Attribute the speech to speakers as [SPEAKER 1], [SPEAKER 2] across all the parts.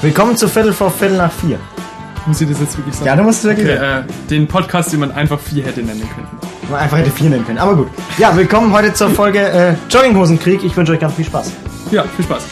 [SPEAKER 1] Willkommen zu Viertel vor Viertel nach vier.
[SPEAKER 2] Muss ich das jetzt wirklich sagen?
[SPEAKER 1] Ja, du musst es wirklich
[SPEAKER 2] Okay, äh, den Podcast, den man einfach vier hätte nennen können.
[SPEAKER 1] Man einfach hätte vier nennen können. Aber gut. Ja, willkommen heute zur Folge äh, Jogginghosenkrieg. Ich wünsche euch ganz viel Spaß.
[SPEAKER 2] Ja, viel Spaß.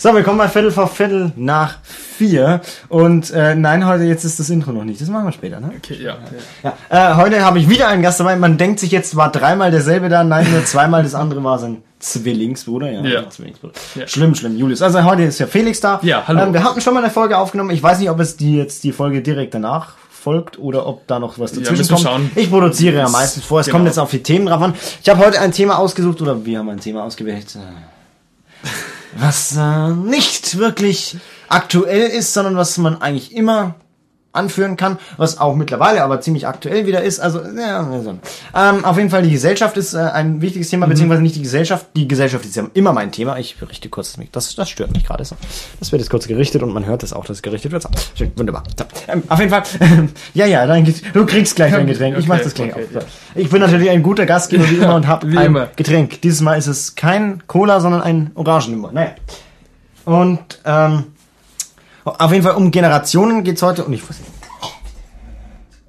[SPEAKER 1] So, willkommen bei Viertel vor Viertel nach vier. Und äh, nein, heute jetzt ist das Intro noch nicht. Das machen wir später, ne?
[SPEAKER 2] Okay, ja.
[SPEAKER 1] Ja. Äh, heute habe ich wieder einen Gast dabei. Man denkt sich jetzt, war dreimal derselbe da. Nein, nur zweimal. Das andere war sein Zwillingsbruder. Ja,
[SPEAKER 2] Ja.
[SPEAKER 1] Zwillingsbruder.
[SPEAKER 2] Ja.
[SPEAKER 1] Schlimm, schlimm, Julius. Also heute ist ja Felix da. Ähm,
[SPEAKER 2] Ja, hallo.
[SPEAKER 1] wir hatten schon mal eine Folge aufgenommen. Ich weiß nicht, ob es die jetzt die Folge direkt danach folgt oder ob da noch was dazwischen
[SPEAKER 2] müssen wir
[SPEAKER 1] kommt.
[SPEAKER 2] schauen.
[SPEAKER 1] Ich produziere ja meistens vor. Es
[SPEAKER 2] Genau.
[SPEAKER 1] kommt jetzt auf die Themen drauf an. Ich habe heute ein Thema ausgesucht oder wir haben ein Thema ausgewählt. äh, Was äh, nicht wirklich aktuell ist, sondern was man eigentlich immer anführen kann, was auch mittlerweile aber ziemlich aktuell wieder ist. Also, ja, also. Ähm, auf jeden Fall die Gesellschaft ist äh, ein wichtiges
[SPEAKER 2] Mhm.
[SPEAKER 1] Thema, beziehungsweise nicht die Gesellschaft. Die Gesellschaft ist ja immer mein Thema. Ich richte kurz das Mik- Das, das stört mich gerade so. Das wird jetzt kurz gerichtet und man hört es auch, dass es gerichtet wird. So, schön, wunderbar. So, ähm, auf jeden Fall. ja, ja, dein Getränk. Du kriegst gleich dein Getränk. Ich mach
[SPEAKER 2] Okay,
[SPEAKER 1] das gleich
[SPEAKER 2] okay,
[SPEAKER 1] auf. So. Ich bin natürlich ein guter Gastgeber wie immer und habe
[SPEAKER 2] Wie
[SPEAKER 1] ein
[SPEAKER 2] immer.
[SPEAKER 1] Getränk. Dieses Mal ist es kein Cola, sondern ein Orangenlimon. Naja. Und ähm, auf jeden Fall um Generationen geht's heute. Und ich weiß nicht.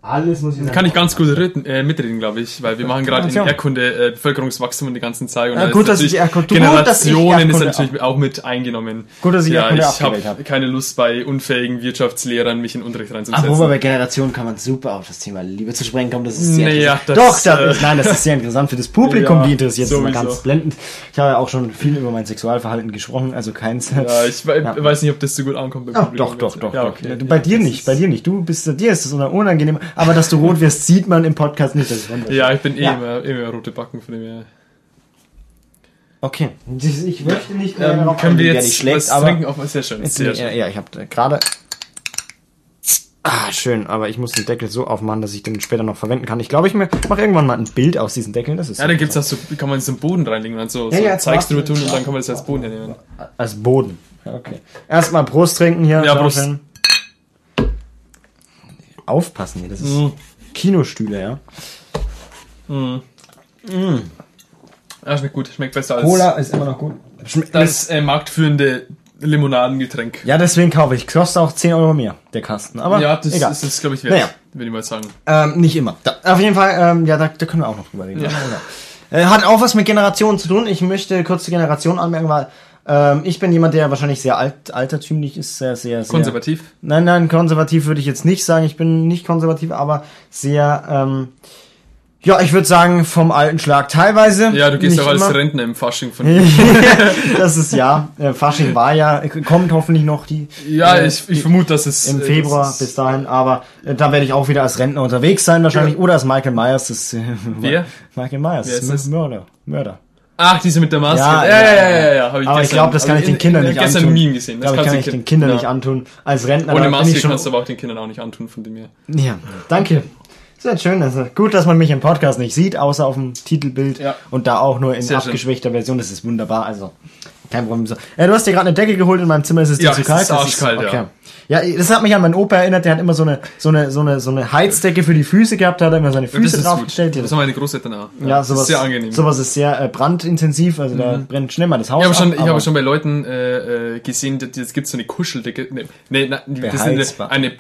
[SPEAKER 1] Alles muss ich
[SPEAKER 2] Kann ich ganz gut reden, äh, mitreden, glaube ich, weil wir machen gerade in
[SPEAKER 1] Generation.
[SPEAKER 2] Erdkunde äh, Bevölkerungswachstum und die ganzen Zahlen. und
[SPEAKER 1] Ja,
[SPEAKER 2] da
[SPEAKER 1] gut,
[SPEAKER 2] ist
[SPEAKER 1] dass ich
[SPEAKER 2] natürlich
[SPEAKER 1] Erdkunde- gut, dass ich
[SPEAKER 2] Generationen ist
[SPEAKER 1] Erdkunde
[SPEAKER 2] natürlich auch mit eingenommen.
[SPEAKER 1] Gut, dass ich
[SPEAKER 2] ja,
[SPEAKER 1] Erdkunde
[SPEAKER 2] ich
[SPEAKER 1] abgewählt
[SPEAKER 2] habe
[SPEAKER 1] hab.
[SPEAKER 2] keine Lust bei unfähigen Wirtschaftslehrern mich in Unterricht reinzusetzen.
[SPEAKER 1] Wobei bei Generationen kann man super auf das Thema Liebe zu sprechen kommen. Das ist sehr
[SPEAKER 2] Naja,
[SPEAKER 1] interessant. Doch,
[SPEAKER 2] das,
[SPEAKER 1] das
[SPEAKER 2] äh,
[SPEAKER 1] ist, nein, das ist sehr interessant für das Publikum,
[SPEAKER 2] Ja,
[SPEAKER 1] die interessiert ist immer
[SPEAKER 2] sowieso.
[SPEAKER 1] ganz blendend. Ich habe ja auch schon viel über mein Sexualverhalten gesprochen, also keins.
[SPEAKER 2] ja, ich we-
[SPEAKER 1] Ja.
[SPEAKER 2] weiß nicht, ob das so gut ankommt. beim
[SPEAKER 1] Doch,
[SPEAKER 2] Publikum
[SPEAKER 1] doch,
[SPEAKER 2] jetzt.
[SPEAKER 1] doch, doch.
[SPEAKER 2] Ja,
[SPEAKER 1] doch.
[SPEAKER 2] okay.
[SPEAKER 1] Bei dir nicht, bei dir nicht. Du bist, dir ist es unangenehm, aber dass du rot wirst, sieht man im Podcast nicht. Das ist wunderschön.
[SPEAKER 2] Ja, ich bin eh
[SPEAKER 1] Ja.
[SPEAKER 2] immer, eh immer rote Backen von dem her.
[SPEAKER 1] Okay. Ich möchte nicht mehr
[SPEAKER 2] Ähm,
[SPEAKER 1] darauf
[SPEAKER 2] können
[SPEAKER 1] eingehen,
[SPEAKER 2] wir
[SPEAKER 1] wer
[SPEAKER 2] jetzt
[SPEAKER 1] dich schlägt,
[SPEAKER 2] was
[SPEAKER 1] aber
[SPEAKER 2] trinken? Auf, sehr schön,
[SPEAKER 1] Jetzt
[SPEAKER 2] sehr
[SPEAKER 1] bin ich,
[SPEAKER 2] schön.
[SPEAKER 1] äh, ja, ich habe äh, gerade. Ah, schön, aber ich muss den Deckel so aufmachen, dass ich den später noch verwenden kann. Ich glaube, ich mache irgendwann mal ein Bild aus diesen Deckeln. Das ist
[SPEAKER 2] Ja, dann gibt's das so, kann man es im Boden reinlegen und dann so,
[SPEAKER 1] Ja,
[SPEAKER 2] so
[SPEAKER 1] ja,
[SPEAKER 2] zeigst du
[SPEAKER 1] mach's.
[SPEAKER 2] tun und dann kann man das als Boden hernehmen.
[SPEAKER 1] als Boden. Okay. Erstmal Prost trinken hier.
[SPEAKER 2] Ja,
[SPEAKER 1] Dankeschön.
[SPEAKER 2] Prost.
[SPEAKER 1] Aufpassen hier, das ist
[SPEAKER 2] Mhm.
[SPEAKER 1] Kinostühle, ja.
[SPEAKER 2] Ja, schmeckt gut, schmeckt besser als
[SPEAKER 1] Cola ist immer noch gut. Schm-
[SPEAKER 2] das äh, marktführende Limonadengetränk.
[SPEAKER 1] ja, deswegen kaufe ich. Kostet auch 10 Euro mehr, der Kasten. Aber
[SPEAKER 2] Ja, das
[SPEAKER 1] Ah, egal.
[SPEAKER 2] ist es, glaube ich, wert,
[SPEAKER 1] Naja.
[SPEAKER 2] würde ich mal sagen.
[SPEAKER 1] Ähm, nicht immer. Da, auf jeden Fall, ähm, ja, da, da können wir auch noch drüber reden. Äh, hat auch was mit Generationen zu tun. Ich möchte kurz die Generation anmerken, weil ähm, ich bin jemand, der wahrscheinlich sehr alt, altertümlich ist, sehr, sehr, sehr.
[SPEAKER 2] Konservativ.
[SPEAKER 1] Nein, nein, konservativ würde ich jetzt nicht sagen. Ich bin nicht konservativ, aber sehr, ähm, ja, ich würde sagen, vom alten Schlag teilweise.
[SPEAKER 2] Ja, du gehst
[SPEAKER 1] Nicht
[SPEAKER 2] auch als
[SPEAKER 1] immer.
[SPEAKER 2] Rentner im Fasching von.
[SPEAKER 1] Das ist ja. Äh, Fasching war ja, kommt hoffentlich noch die.
[SPEAKER 2] Ja,
[SPEAKER 1] äh,
[SPEAKER 2] ich, ich vermute, dass es.
[SPEAKER 1] im
[SPEAKER 2] äh,
[SPEAKER 1] Februar
[SPEAKER 2] das
[SPEAKER 1] bis
[SPEAKER 2] ist-
[SPEAKER 1] dahin, aber äh, da werde ich auch wieder als Rentner unterwegs sein wahrscheinlich
[SPEAKER 2] Ja.
[SPEAKER 1] oder als Michael Myers, das äh,
[SPEAKER 2] Wer?
[SPEAKER 1] Michael Myers,
[SPEAKER 2] Wer ist das?
[SPEAKER 1] Mörder, Mörder.
[SPEAKER 2] Ach, diese mit der Maske.
[SPEAKER 1] Ja,
[SPEAKER 2] ja,
[SPEAKER 1] ja,
[SPEAKER 2] ja, ja, ja, ja, hab
[SPEAKER 1] aber ich
[SPEAKER 2] gestern-
[SPEAKER 1] glaube, das kann
[SPEAKER 2] hab
[SPEAKER 1] ich den Kindern
[SPEAKER 2] in-
[SPEAKER 1] nicht
[SPEAKER 2] gestern
[SPEAKER 1] antun.
[SPEAKER 2] Meme gesehen.
[SPEAKER 1] Das glaube, ich kann ich
[SPEAKER 2] Kind-
[SPEAKER 1] den Kindern
[SPEAKER 2] ja.
[SPEAKER 1] nicht antun. Als Rentner da
[SPEAKER 2] Ohne
[SPEAKER 1] bin
[SPEAKER 2] Maske
[SPEAKER 1] ich schon,
[SPEAKER 2] kannst du aber auch den Kindern auch nicht antun von dem her.
[SPEAKER 1] Ja, danke. Ist ja schön, also gut, dass man mich im Podcast nicht sieht, außer auf dem Titelbild
[SPEAKER 2] Ja.
[SPEAKER 1] und da auch nur in
[SPEAKER 2] Sehr schön.
[SPEAKER 1] abgeschwächter Version. Das ist wunderbar, also kein Problem. So. Äh, du hast dir gerade eine Decke geholt, in meinem Zimmer ist es
[SPEAKER 2] Ja,
[SPEAKER 1] dir zu
[SPEAKER 2] es
[SPEAKER 1] kalt.
[SPEAKER 2] ist
[SPEAKER 1] Das
[SPEAKER 2] arschkalt, ja.
[SPEAKER 1] ja. Ja, das hat mich an meinen Opa erinnert, der hat immer so eine, so eine, so eine, so eine Heizdecke für die Füße gehabt, da hat er immer seine
[SPEAKER 2] Das
[SPEAKER 1] Füße
[SPEAKER 2] ist gut.
[SPEAKER 1] draufgestellt.
[SPEAKER 2] Das haben meine Großeltern auch.
[SPEAKER 1] Ja,
[SPEAKER 2] das
[SPEAKER 1] sowas,
[SPEAKER 2] ist sehr angenehm. Mhm.
[SPEAKER 1] sowas ist sehr äh, brandintensiv, also da brennt schnell mal das Haus
[SPEAKER 2] Ich habe schon,
[SPEAKER 1] ab,
[SPEAKER 2] ich habe
[SPEAKER 1] aber-
[SPEAKER 2] schon bei Leuten äh, äh, gesehen, dass jetzt gibt's so eine Kuscheldecke. Ne, ne, na, das ist eine,
[SPEAKER 1] Beheizbar.
[SPEAKER 2] eine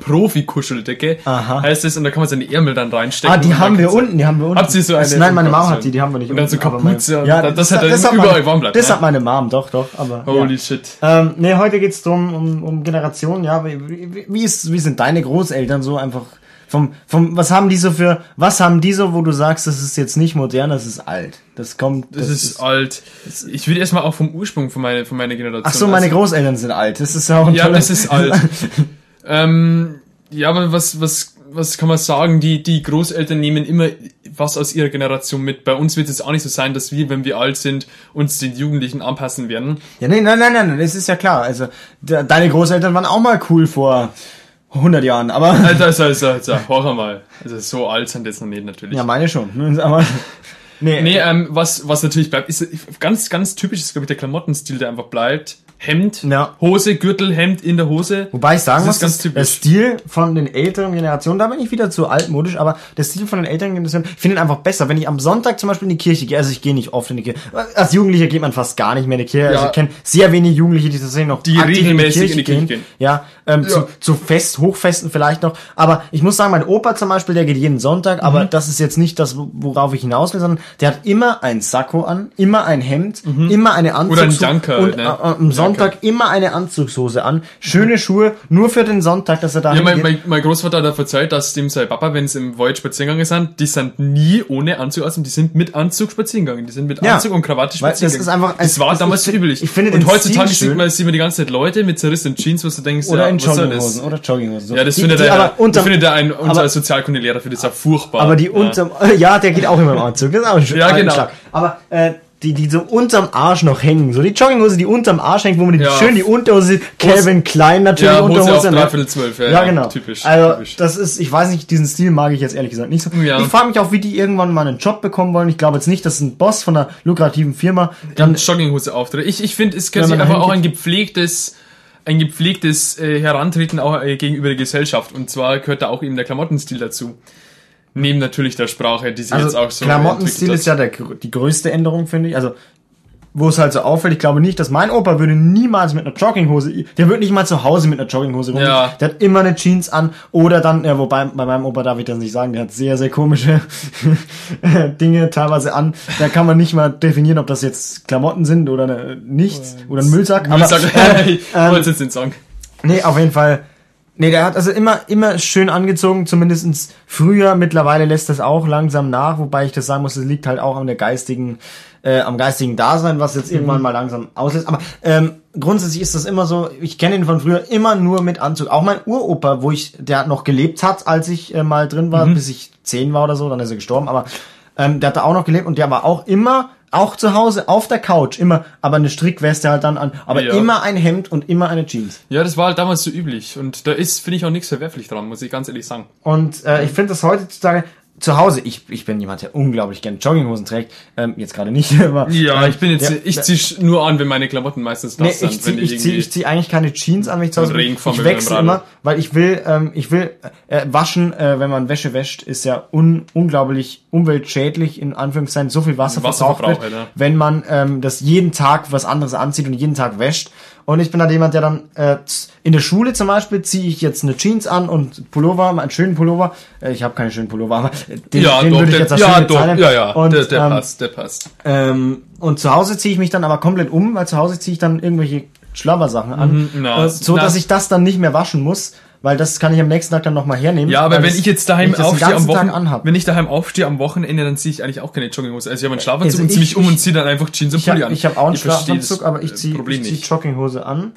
[SPEAKER 2] Profi-Kuscheldecke.
[SPEAKER 1] Aha.
[SPEAKER 2] Heißt das, und da kann man seine Ärmel dann reinstecken.
[SPEAKER 1] Ah, die
[SPEAKER 2] und
[SPEAKER 1] haben
[SPEAKER 2] dann
[SPEAKER 1] wir
[SPEAKER 2] kann's-
[SPEAKER 1] unten, die haben wir unten.
[SPEAKER 2] Habt ihr so
[SPEAKER 1] Das-
[SPEAKER 2] eine?
[SPEAKER 1] Nein, meine
[SPEAKER 2] Oh
[SPEAKER 1] Mom
[SPEAKER 2] Gott,
[SPEAKER 1] hat die, die haben wir nicht
[SPEAKER 2] Und dann so
[SPEAKER 1] aber meine-
[SPEAKER 2] Kapuze. Ja, das, hat
[SPEAKER 1] das
[SPEAKER 2] dann
[SPEAKER 1] meine-
[SPEAKER 2] überall warm bleibt.
[SPEAKER 1] Das
[SPEAKER 2] ne?
[SPEAKER 1] hat meine Mom, doch, doch. Aber,
[SPEAKER 2] Holy
[SPEAKER 1] ja.
[SPEAKER 2] shit.
[SPEAKER 1] Ähm, nee, heute geht's drum um, um Generationen, ja. Wie, wie, wie, ist, wie sind deine Großeltern so einfach vom, vom, was haben die so für, was haben die so, wo du sagst, das ist jetzt nicht modern, das ist alt. Das kommt,
[SPEAKER 2] Das, ist, alt. Ich würde erstmal auch vom Ursprung von meiner, von meiner Generation.
[SPEAKER 1] ach so, meine
[SPEAKER 2] also-
[SPEAKER 1] Großeltern sind alt. Das ist ja auch ein
[SPEAKER 2] Ja,
[SPEAKER 1] toller-
[SPEAKER 2] das ist alt. ähm, ja, aber was, was, was kann man sagen? Die, die Großeltern nehmen immer was aus ihrer Generation mit. Bei uns wird es auch nicht so sein, dass wir, wenn wir alt sind, uns den Jugendlichen anpassen werden.
[SPEAKER 1] Ja, nee, nein, nein, nein, nein, das ist ja klar. Also, de deine Großeltern waren auch mal cool vor 100 Jahren, aber.
[SPEAKER 2] Alter, Alter, Alter, Alter, hör mal. Also so alt sind jetzt noch nicht natürlich.
[SPEAKER 1] Ja, meine schon. ne? Aber. Nee,
[SPEAKER 2] Nee, ähm, was, was natürlich bleibt, ist äh, ganz, ganz typisch ist, glaube ich, der Klamottenstil, der einfach bleibt. Hemd,
[SPEAKER 1] Ja.
[SPEAKER 2] Hose, Gürtel, Hemd in der Hose.
[SPEAKER 1] Wobei ich sagen
[SPEAKER 2] Das
[SPEAKER 1] muss,
[SPEAKER 2] ist ganz
[SPEAKER 1] dass der
[SPEAKER 2] typisch.
[SPEAKER 1] Stil von den älteren Generationen, da bin ich wieder zu altmodisch, aber der Stil von den älteren Generationen, ich finde ihn einfach besser. Wenn ich am Sonntag zum Beispiel in die Kirche gehe, also ich gehe nicht oft in die Kirche, als Jugendlicher geht man fast gar nicht mehr in die Kirche, also
[SPEAKER 2] Ja.
[SPEAKER 1] ich kenne sehr wenige Jugendliche, die tatsächlich noch
[SPEAKER 2] Die regelmäßig in die Kirche gehen.
[SPEAKER 1] Ja, ähm, Zu,
[SPEAKER 2] Ja.
[SPEAKER 1] zu Fest, Hochfesten vielleicht noch, aber ich muss sagen, mein Opa zum Beispiel, der geht jeden Sonntag,
[SPEAKER 2] Mhm.
[SPEAKER 1] aber das ist jetzt nicht das, worauf ich hinaus will, sondern der hat immer ein Sakko an, immer ein Hemd,
[SPEAKER 2] Mhm.
[SPEAKER 1] immer eine Anzugshose
[SPEAKER 2] Danker,
[SPEAKER 1] und
[SPEAKER 2] ne?
[SPEAKER 1] a- am Sonntag immer eine Anzugshose an, schöne Schuhe, nur für den Sonntag, dass er da
[SPEAKER 2] Ja, mein,
[SPEAKER 1] hingeht.
[SPEAKER 2] mein, mein Großvater hat erzählt, dass dem sein Papa, wenn sie im Wald spazieren gegangen sind, die sind nie ohne Anzug aus, die sind mit Anzug spazieren gegangen. Die sind mit
[SPEAKER 1] Ja.
[SPEAKER 2] Anzug und Krawatte
[SPEAKER 1] Weil
[SPEAKER 2] spazieren
[SPEAKER 1] das ist
[SPEAKER 2] gegangen.
[SPEAKER 1] einfach ein-
[SPEAKER 2] das war
[SPEAKER 1] das-
[SPEAKER 2] damals
[SPEAKER 1] ich fi-
[SPEAKER 2] üblich.
[SPEAKER 1] ich finde den
[SPEAKER 2] und heutzutage
[SPEAKER 1] Stil
[SPEAKER 2] sieht man,
[SPEAKER 1] schön.
[SPEAKER 2] sieht man die ganze Zeit Leute mit zerrissenen Jeans, wo du denkst,
[SPEAKER 1] Oder
[SPEAKER 2] ja,
[SPEAKER 1] in
[SPEAKER 2] was soll
[SPEAKER 1] Jogginghosen,
[SPEAKER 2] das?
[SPEAKER 1] oder Jogginghosen. So.
[SPEAKER 2] Ja, das
[SPEAKER 1] Die-
[SPEAKER 2] findet
[SPEAKER 1] die,
[SPEAKER 2] er,
[SPEAKER 1] aber unterm,
[SPEAKER 2] findet er ein, unser
[SPEAKER 1] aber-
[SPEAKER 2] Sozialkundelehrer findet das auch furchtbar.
[SPEAKER 1] aber die
[SPEAKER 2] Ja.
[SPEAKER 1] unterm, ja, der geht auch immer im Anzug, das ist auch ein schöner
[SPEAKER 2] Ja, genau.
[SPEAKER 1] Schlag. Aber, äh, die, die so unterm Arsch noch hängen. So die Jogginghose, die unterm Arsch hängt, wo man die
[SPEAKER 2] Ja.
[SPEAKER 1] schön die Unterhose sieht. Calvin Klein natürlich
[SPEAKER 2] Ja, Hose
[SPEAKER 1] Unterhose.
[SPEAKER 2] auf
[SPEAKER 1] ne?
[SPEAKER 2] dreiviertel zwölf, ja,
[SPEAKER 1] ja,
[SPEAKER 2] ja,
[SPEAKER 1] genau.
[SPEAKER 2] typisch,
[SPEAKER 1] Also
[SPEAKER 2] typisch.
[SPEAKER 1] das ist, ich weiß nicht, diesen Stil mag ich jetzt ehrlich gesagt nicht so.
[SPEAKER 2] Ja.
[SPEAKER 1] Ich frage mich auch, wie die irgendwann mal einen Job bekommen wollen. Ich glaube jetzt nicht, dass ein Boss von einer lukrativen Firma dann
[SPEAKER 2] in Jogginghose auftritt. Ich, ich finde, es gehört
[SPEAKER 1] Wenn
[SPEAKER 2] sich
[SPEAKER 1] man
[SPEAKER 2] einfach auch
[SPEAKER 1] heimgeht-
[SPEAKER 2] ein gepflegtes, ein gepflegtes äh, Herantreten auch äh, gegenüber der Gesellschaft. Und zwar gehört da auch eben der Klamottenstil dazu. Neben natürlich der Sprache, die sich jetzt auch
[SPEAKER 1] Also
[SPEAKER 2] so
[SPEAKER 1] Klamottenstil ist
[SPEAKER 2] entwickelt hat.
[SPEAKER 1] ja der, gr- die größte Änderung, finde ich. Also, wo es halt so auffällt, ich glaube nicht, dass mein Opa würde niemals mit einer Jogginghose, der würde nicht mal zu Hause mit einer Jogginghose rum.
[SPEAKER 2] Ja.
[SPEAKER 1] Der hat immer eine Jeans an oder dann, ja, wobei bei meinem Opa darf ich das nicht sagen, der hat sehr, sehr komische Dinge teilweise an. Da kann man nicht mal definieren, ob das jetzt Klamotten sind oder eine,
[SPEAKER 2] Oh
[SPEAKER 1] nichts oder ein Müllsack.
[SPEAKER 2] Ich sag,
[SPEAKER 1] äh,
[SPEAKER 2] ich wollte jetzt den Song.
[SPEAKER 1] Nee, auf jeden Fall. Nee, der hat also immer, immer schön angezogen, zumindestens früher. Mittlerweile lässt das auch langsam nach, wobei ich das sagen muss, es liegt halt auch an der geistigen, äh, am geistigen Dasein, was jetzt irgendwann mal langsam auslässt. Aber ähm, grundsätzlich ist das immer so, ich kenne ihn von früher immer nur mit Anzug. Auch mein Uropa, wo ich, der noch gelebt hat, als ich äh, mal drin war, bis ich zehn war oder so, dann ist er gestorben, aber ähm, der hat da auch noch gelebt und der war auch immer, auch zu Hause, auf der Couch, immer, aber eine Strickweste halt dann an, aber
[SPEAKER 2] Ja.
[SPEAKER 1] immer ein Hemd und immer eine Jeans.
[SPEAKER 2] Ja, das war halt damals so üblich. Und da ist, finde ich, auch nichts verwerflich dran, muss ich ganz ehrlich sagen.
[SPEAKER 1] Und äh, ich finde das heutzutage zu Hause. Ich, ich bin jemand, der unglaublich gerne Jogginghosen trägt. Ähm, jetzt gerade nicht, aber. ähm,
[SPEAKER 2] Ja, ich bin jetzt,
[SPEAKER 1] Ja,
[SPEAKER 2] ich zieh nur an, wenn meine Klamotten meistens
[SPEAKER 1] Nee,
[SPEAKER 2] nass
[SPEAKER 1] ich
[SPEAKER 2] sind.
[SPEAKER 1] zieh
[SPEAKER 2] wenn
[SPEAKER 1] ich zieh, ich zieh eigentlich keine Jeans an, wenn ich zu Hause bin.
[SPEAKER 2] Regenform
[SPEAKER 1] Ich
[SPEAKER 2] über dem
[SPEAKER 1] wechsle
[SPEAKER 2] Radl.
[SPEAKER 1] immer, weil ich will, ähm, ich will äh, waschen, äh, wenn man Wäsche wäscht, ist ja un unglaublich umweltschädlich, in Anführungszeichen, so viel Wasser,
[SPEAKER 2] Wasserverbrauch,
[SPEAKER 1] verbraucht wird,
[SPEAKER 2] Alter.
[SPEAKER 1] wenn man ähm, das jeden Tag was anderes anzieht und jeden Tag wäscht. Und ich bin halt jemand, der dann äh, z- in der Schule zum Beispiel ziehe ich jetzt eine Jeans an und Pullover, einen schönen Pullover. Äh, ich habe keine schönen Pullover, aber äh, den,
[SPEAKER 2] ja,
[SPEAKER 1] den
[SPEAKER 2] doch,
[SPEAKER 1] würde ich
[SPEAKER 2] der,
[SPEAKER 1] jetzt als
[SPEAKER 2] ja,
[SPEAKER 1] schön
[SPEAKER 2] doch,
[SPEAKER 1] bezeichnen.
[SPEAKER 2] ja, ja,
[SPEAKER 1] Und,
[SPEAKER 2] der, der
[SPEAKER 1] ähm,
[SPEAKER 2] passt, der passt.
[SPEAKER 1] ähm, und zu Hause ziehe ich mich dann aber komplett um, weil zu Hause ziehe ich dann irgendwelche Schlabbersachen an.
[SPEAKER 2] Mhm, na,
[SPEAKER 1] äh, so,
[SPEAKER 2] na.
[SPEAKER 1] dass ich das dann nicht mehr waschen muss, weil das kann ich am nächsten Tag dann nochmal hernehmen.
[SPEAKER 2] Ja, aber
[SPEAKER 1] weil
[SPEAKER 2] wenn
[SPEAKER 1] das-
[SPEAKER 2] ich jetzt daheim
[SPEAKER 1] wenn ich das den
[SPEAKER 2] aufstehe am
[SPEAKER 1] ganzen Tag
[SPEAKER 2] Wochenende,
[SPEAKER 1] anhab.
[SPEAKER 2] wenn ich daheim aufstehe am Wochenende, dann ziehe ich eigentlich auch keine Jogginghose. Also ich habe einen Schlafanzug
[SPEAKER 1] Also
[SPEAKER 2] und ziehe
[SPEAKER 1] ich-
[SPEAKER 2] mich um und
[SPEAKER 1] ich-
[SPEAKER 2] ziehe dann einfach Jeans und
[SPEAKER 1] Ich habe
[SPEAKER 2] Pulli an.
[SPEAKER 1] hab auch einen
[SPEAKER 2] verstehe das,
[SPEAKER 1] Schlafanzug, aber ich
[SPEAKER 2] äh,
[SPEAKER 1] ziehe
[SPEAKER 2] Problem
[SPEAKER 1] zieh
[SPEAKER 2] nicht.
[SPEAKER 1] Jogginghose an.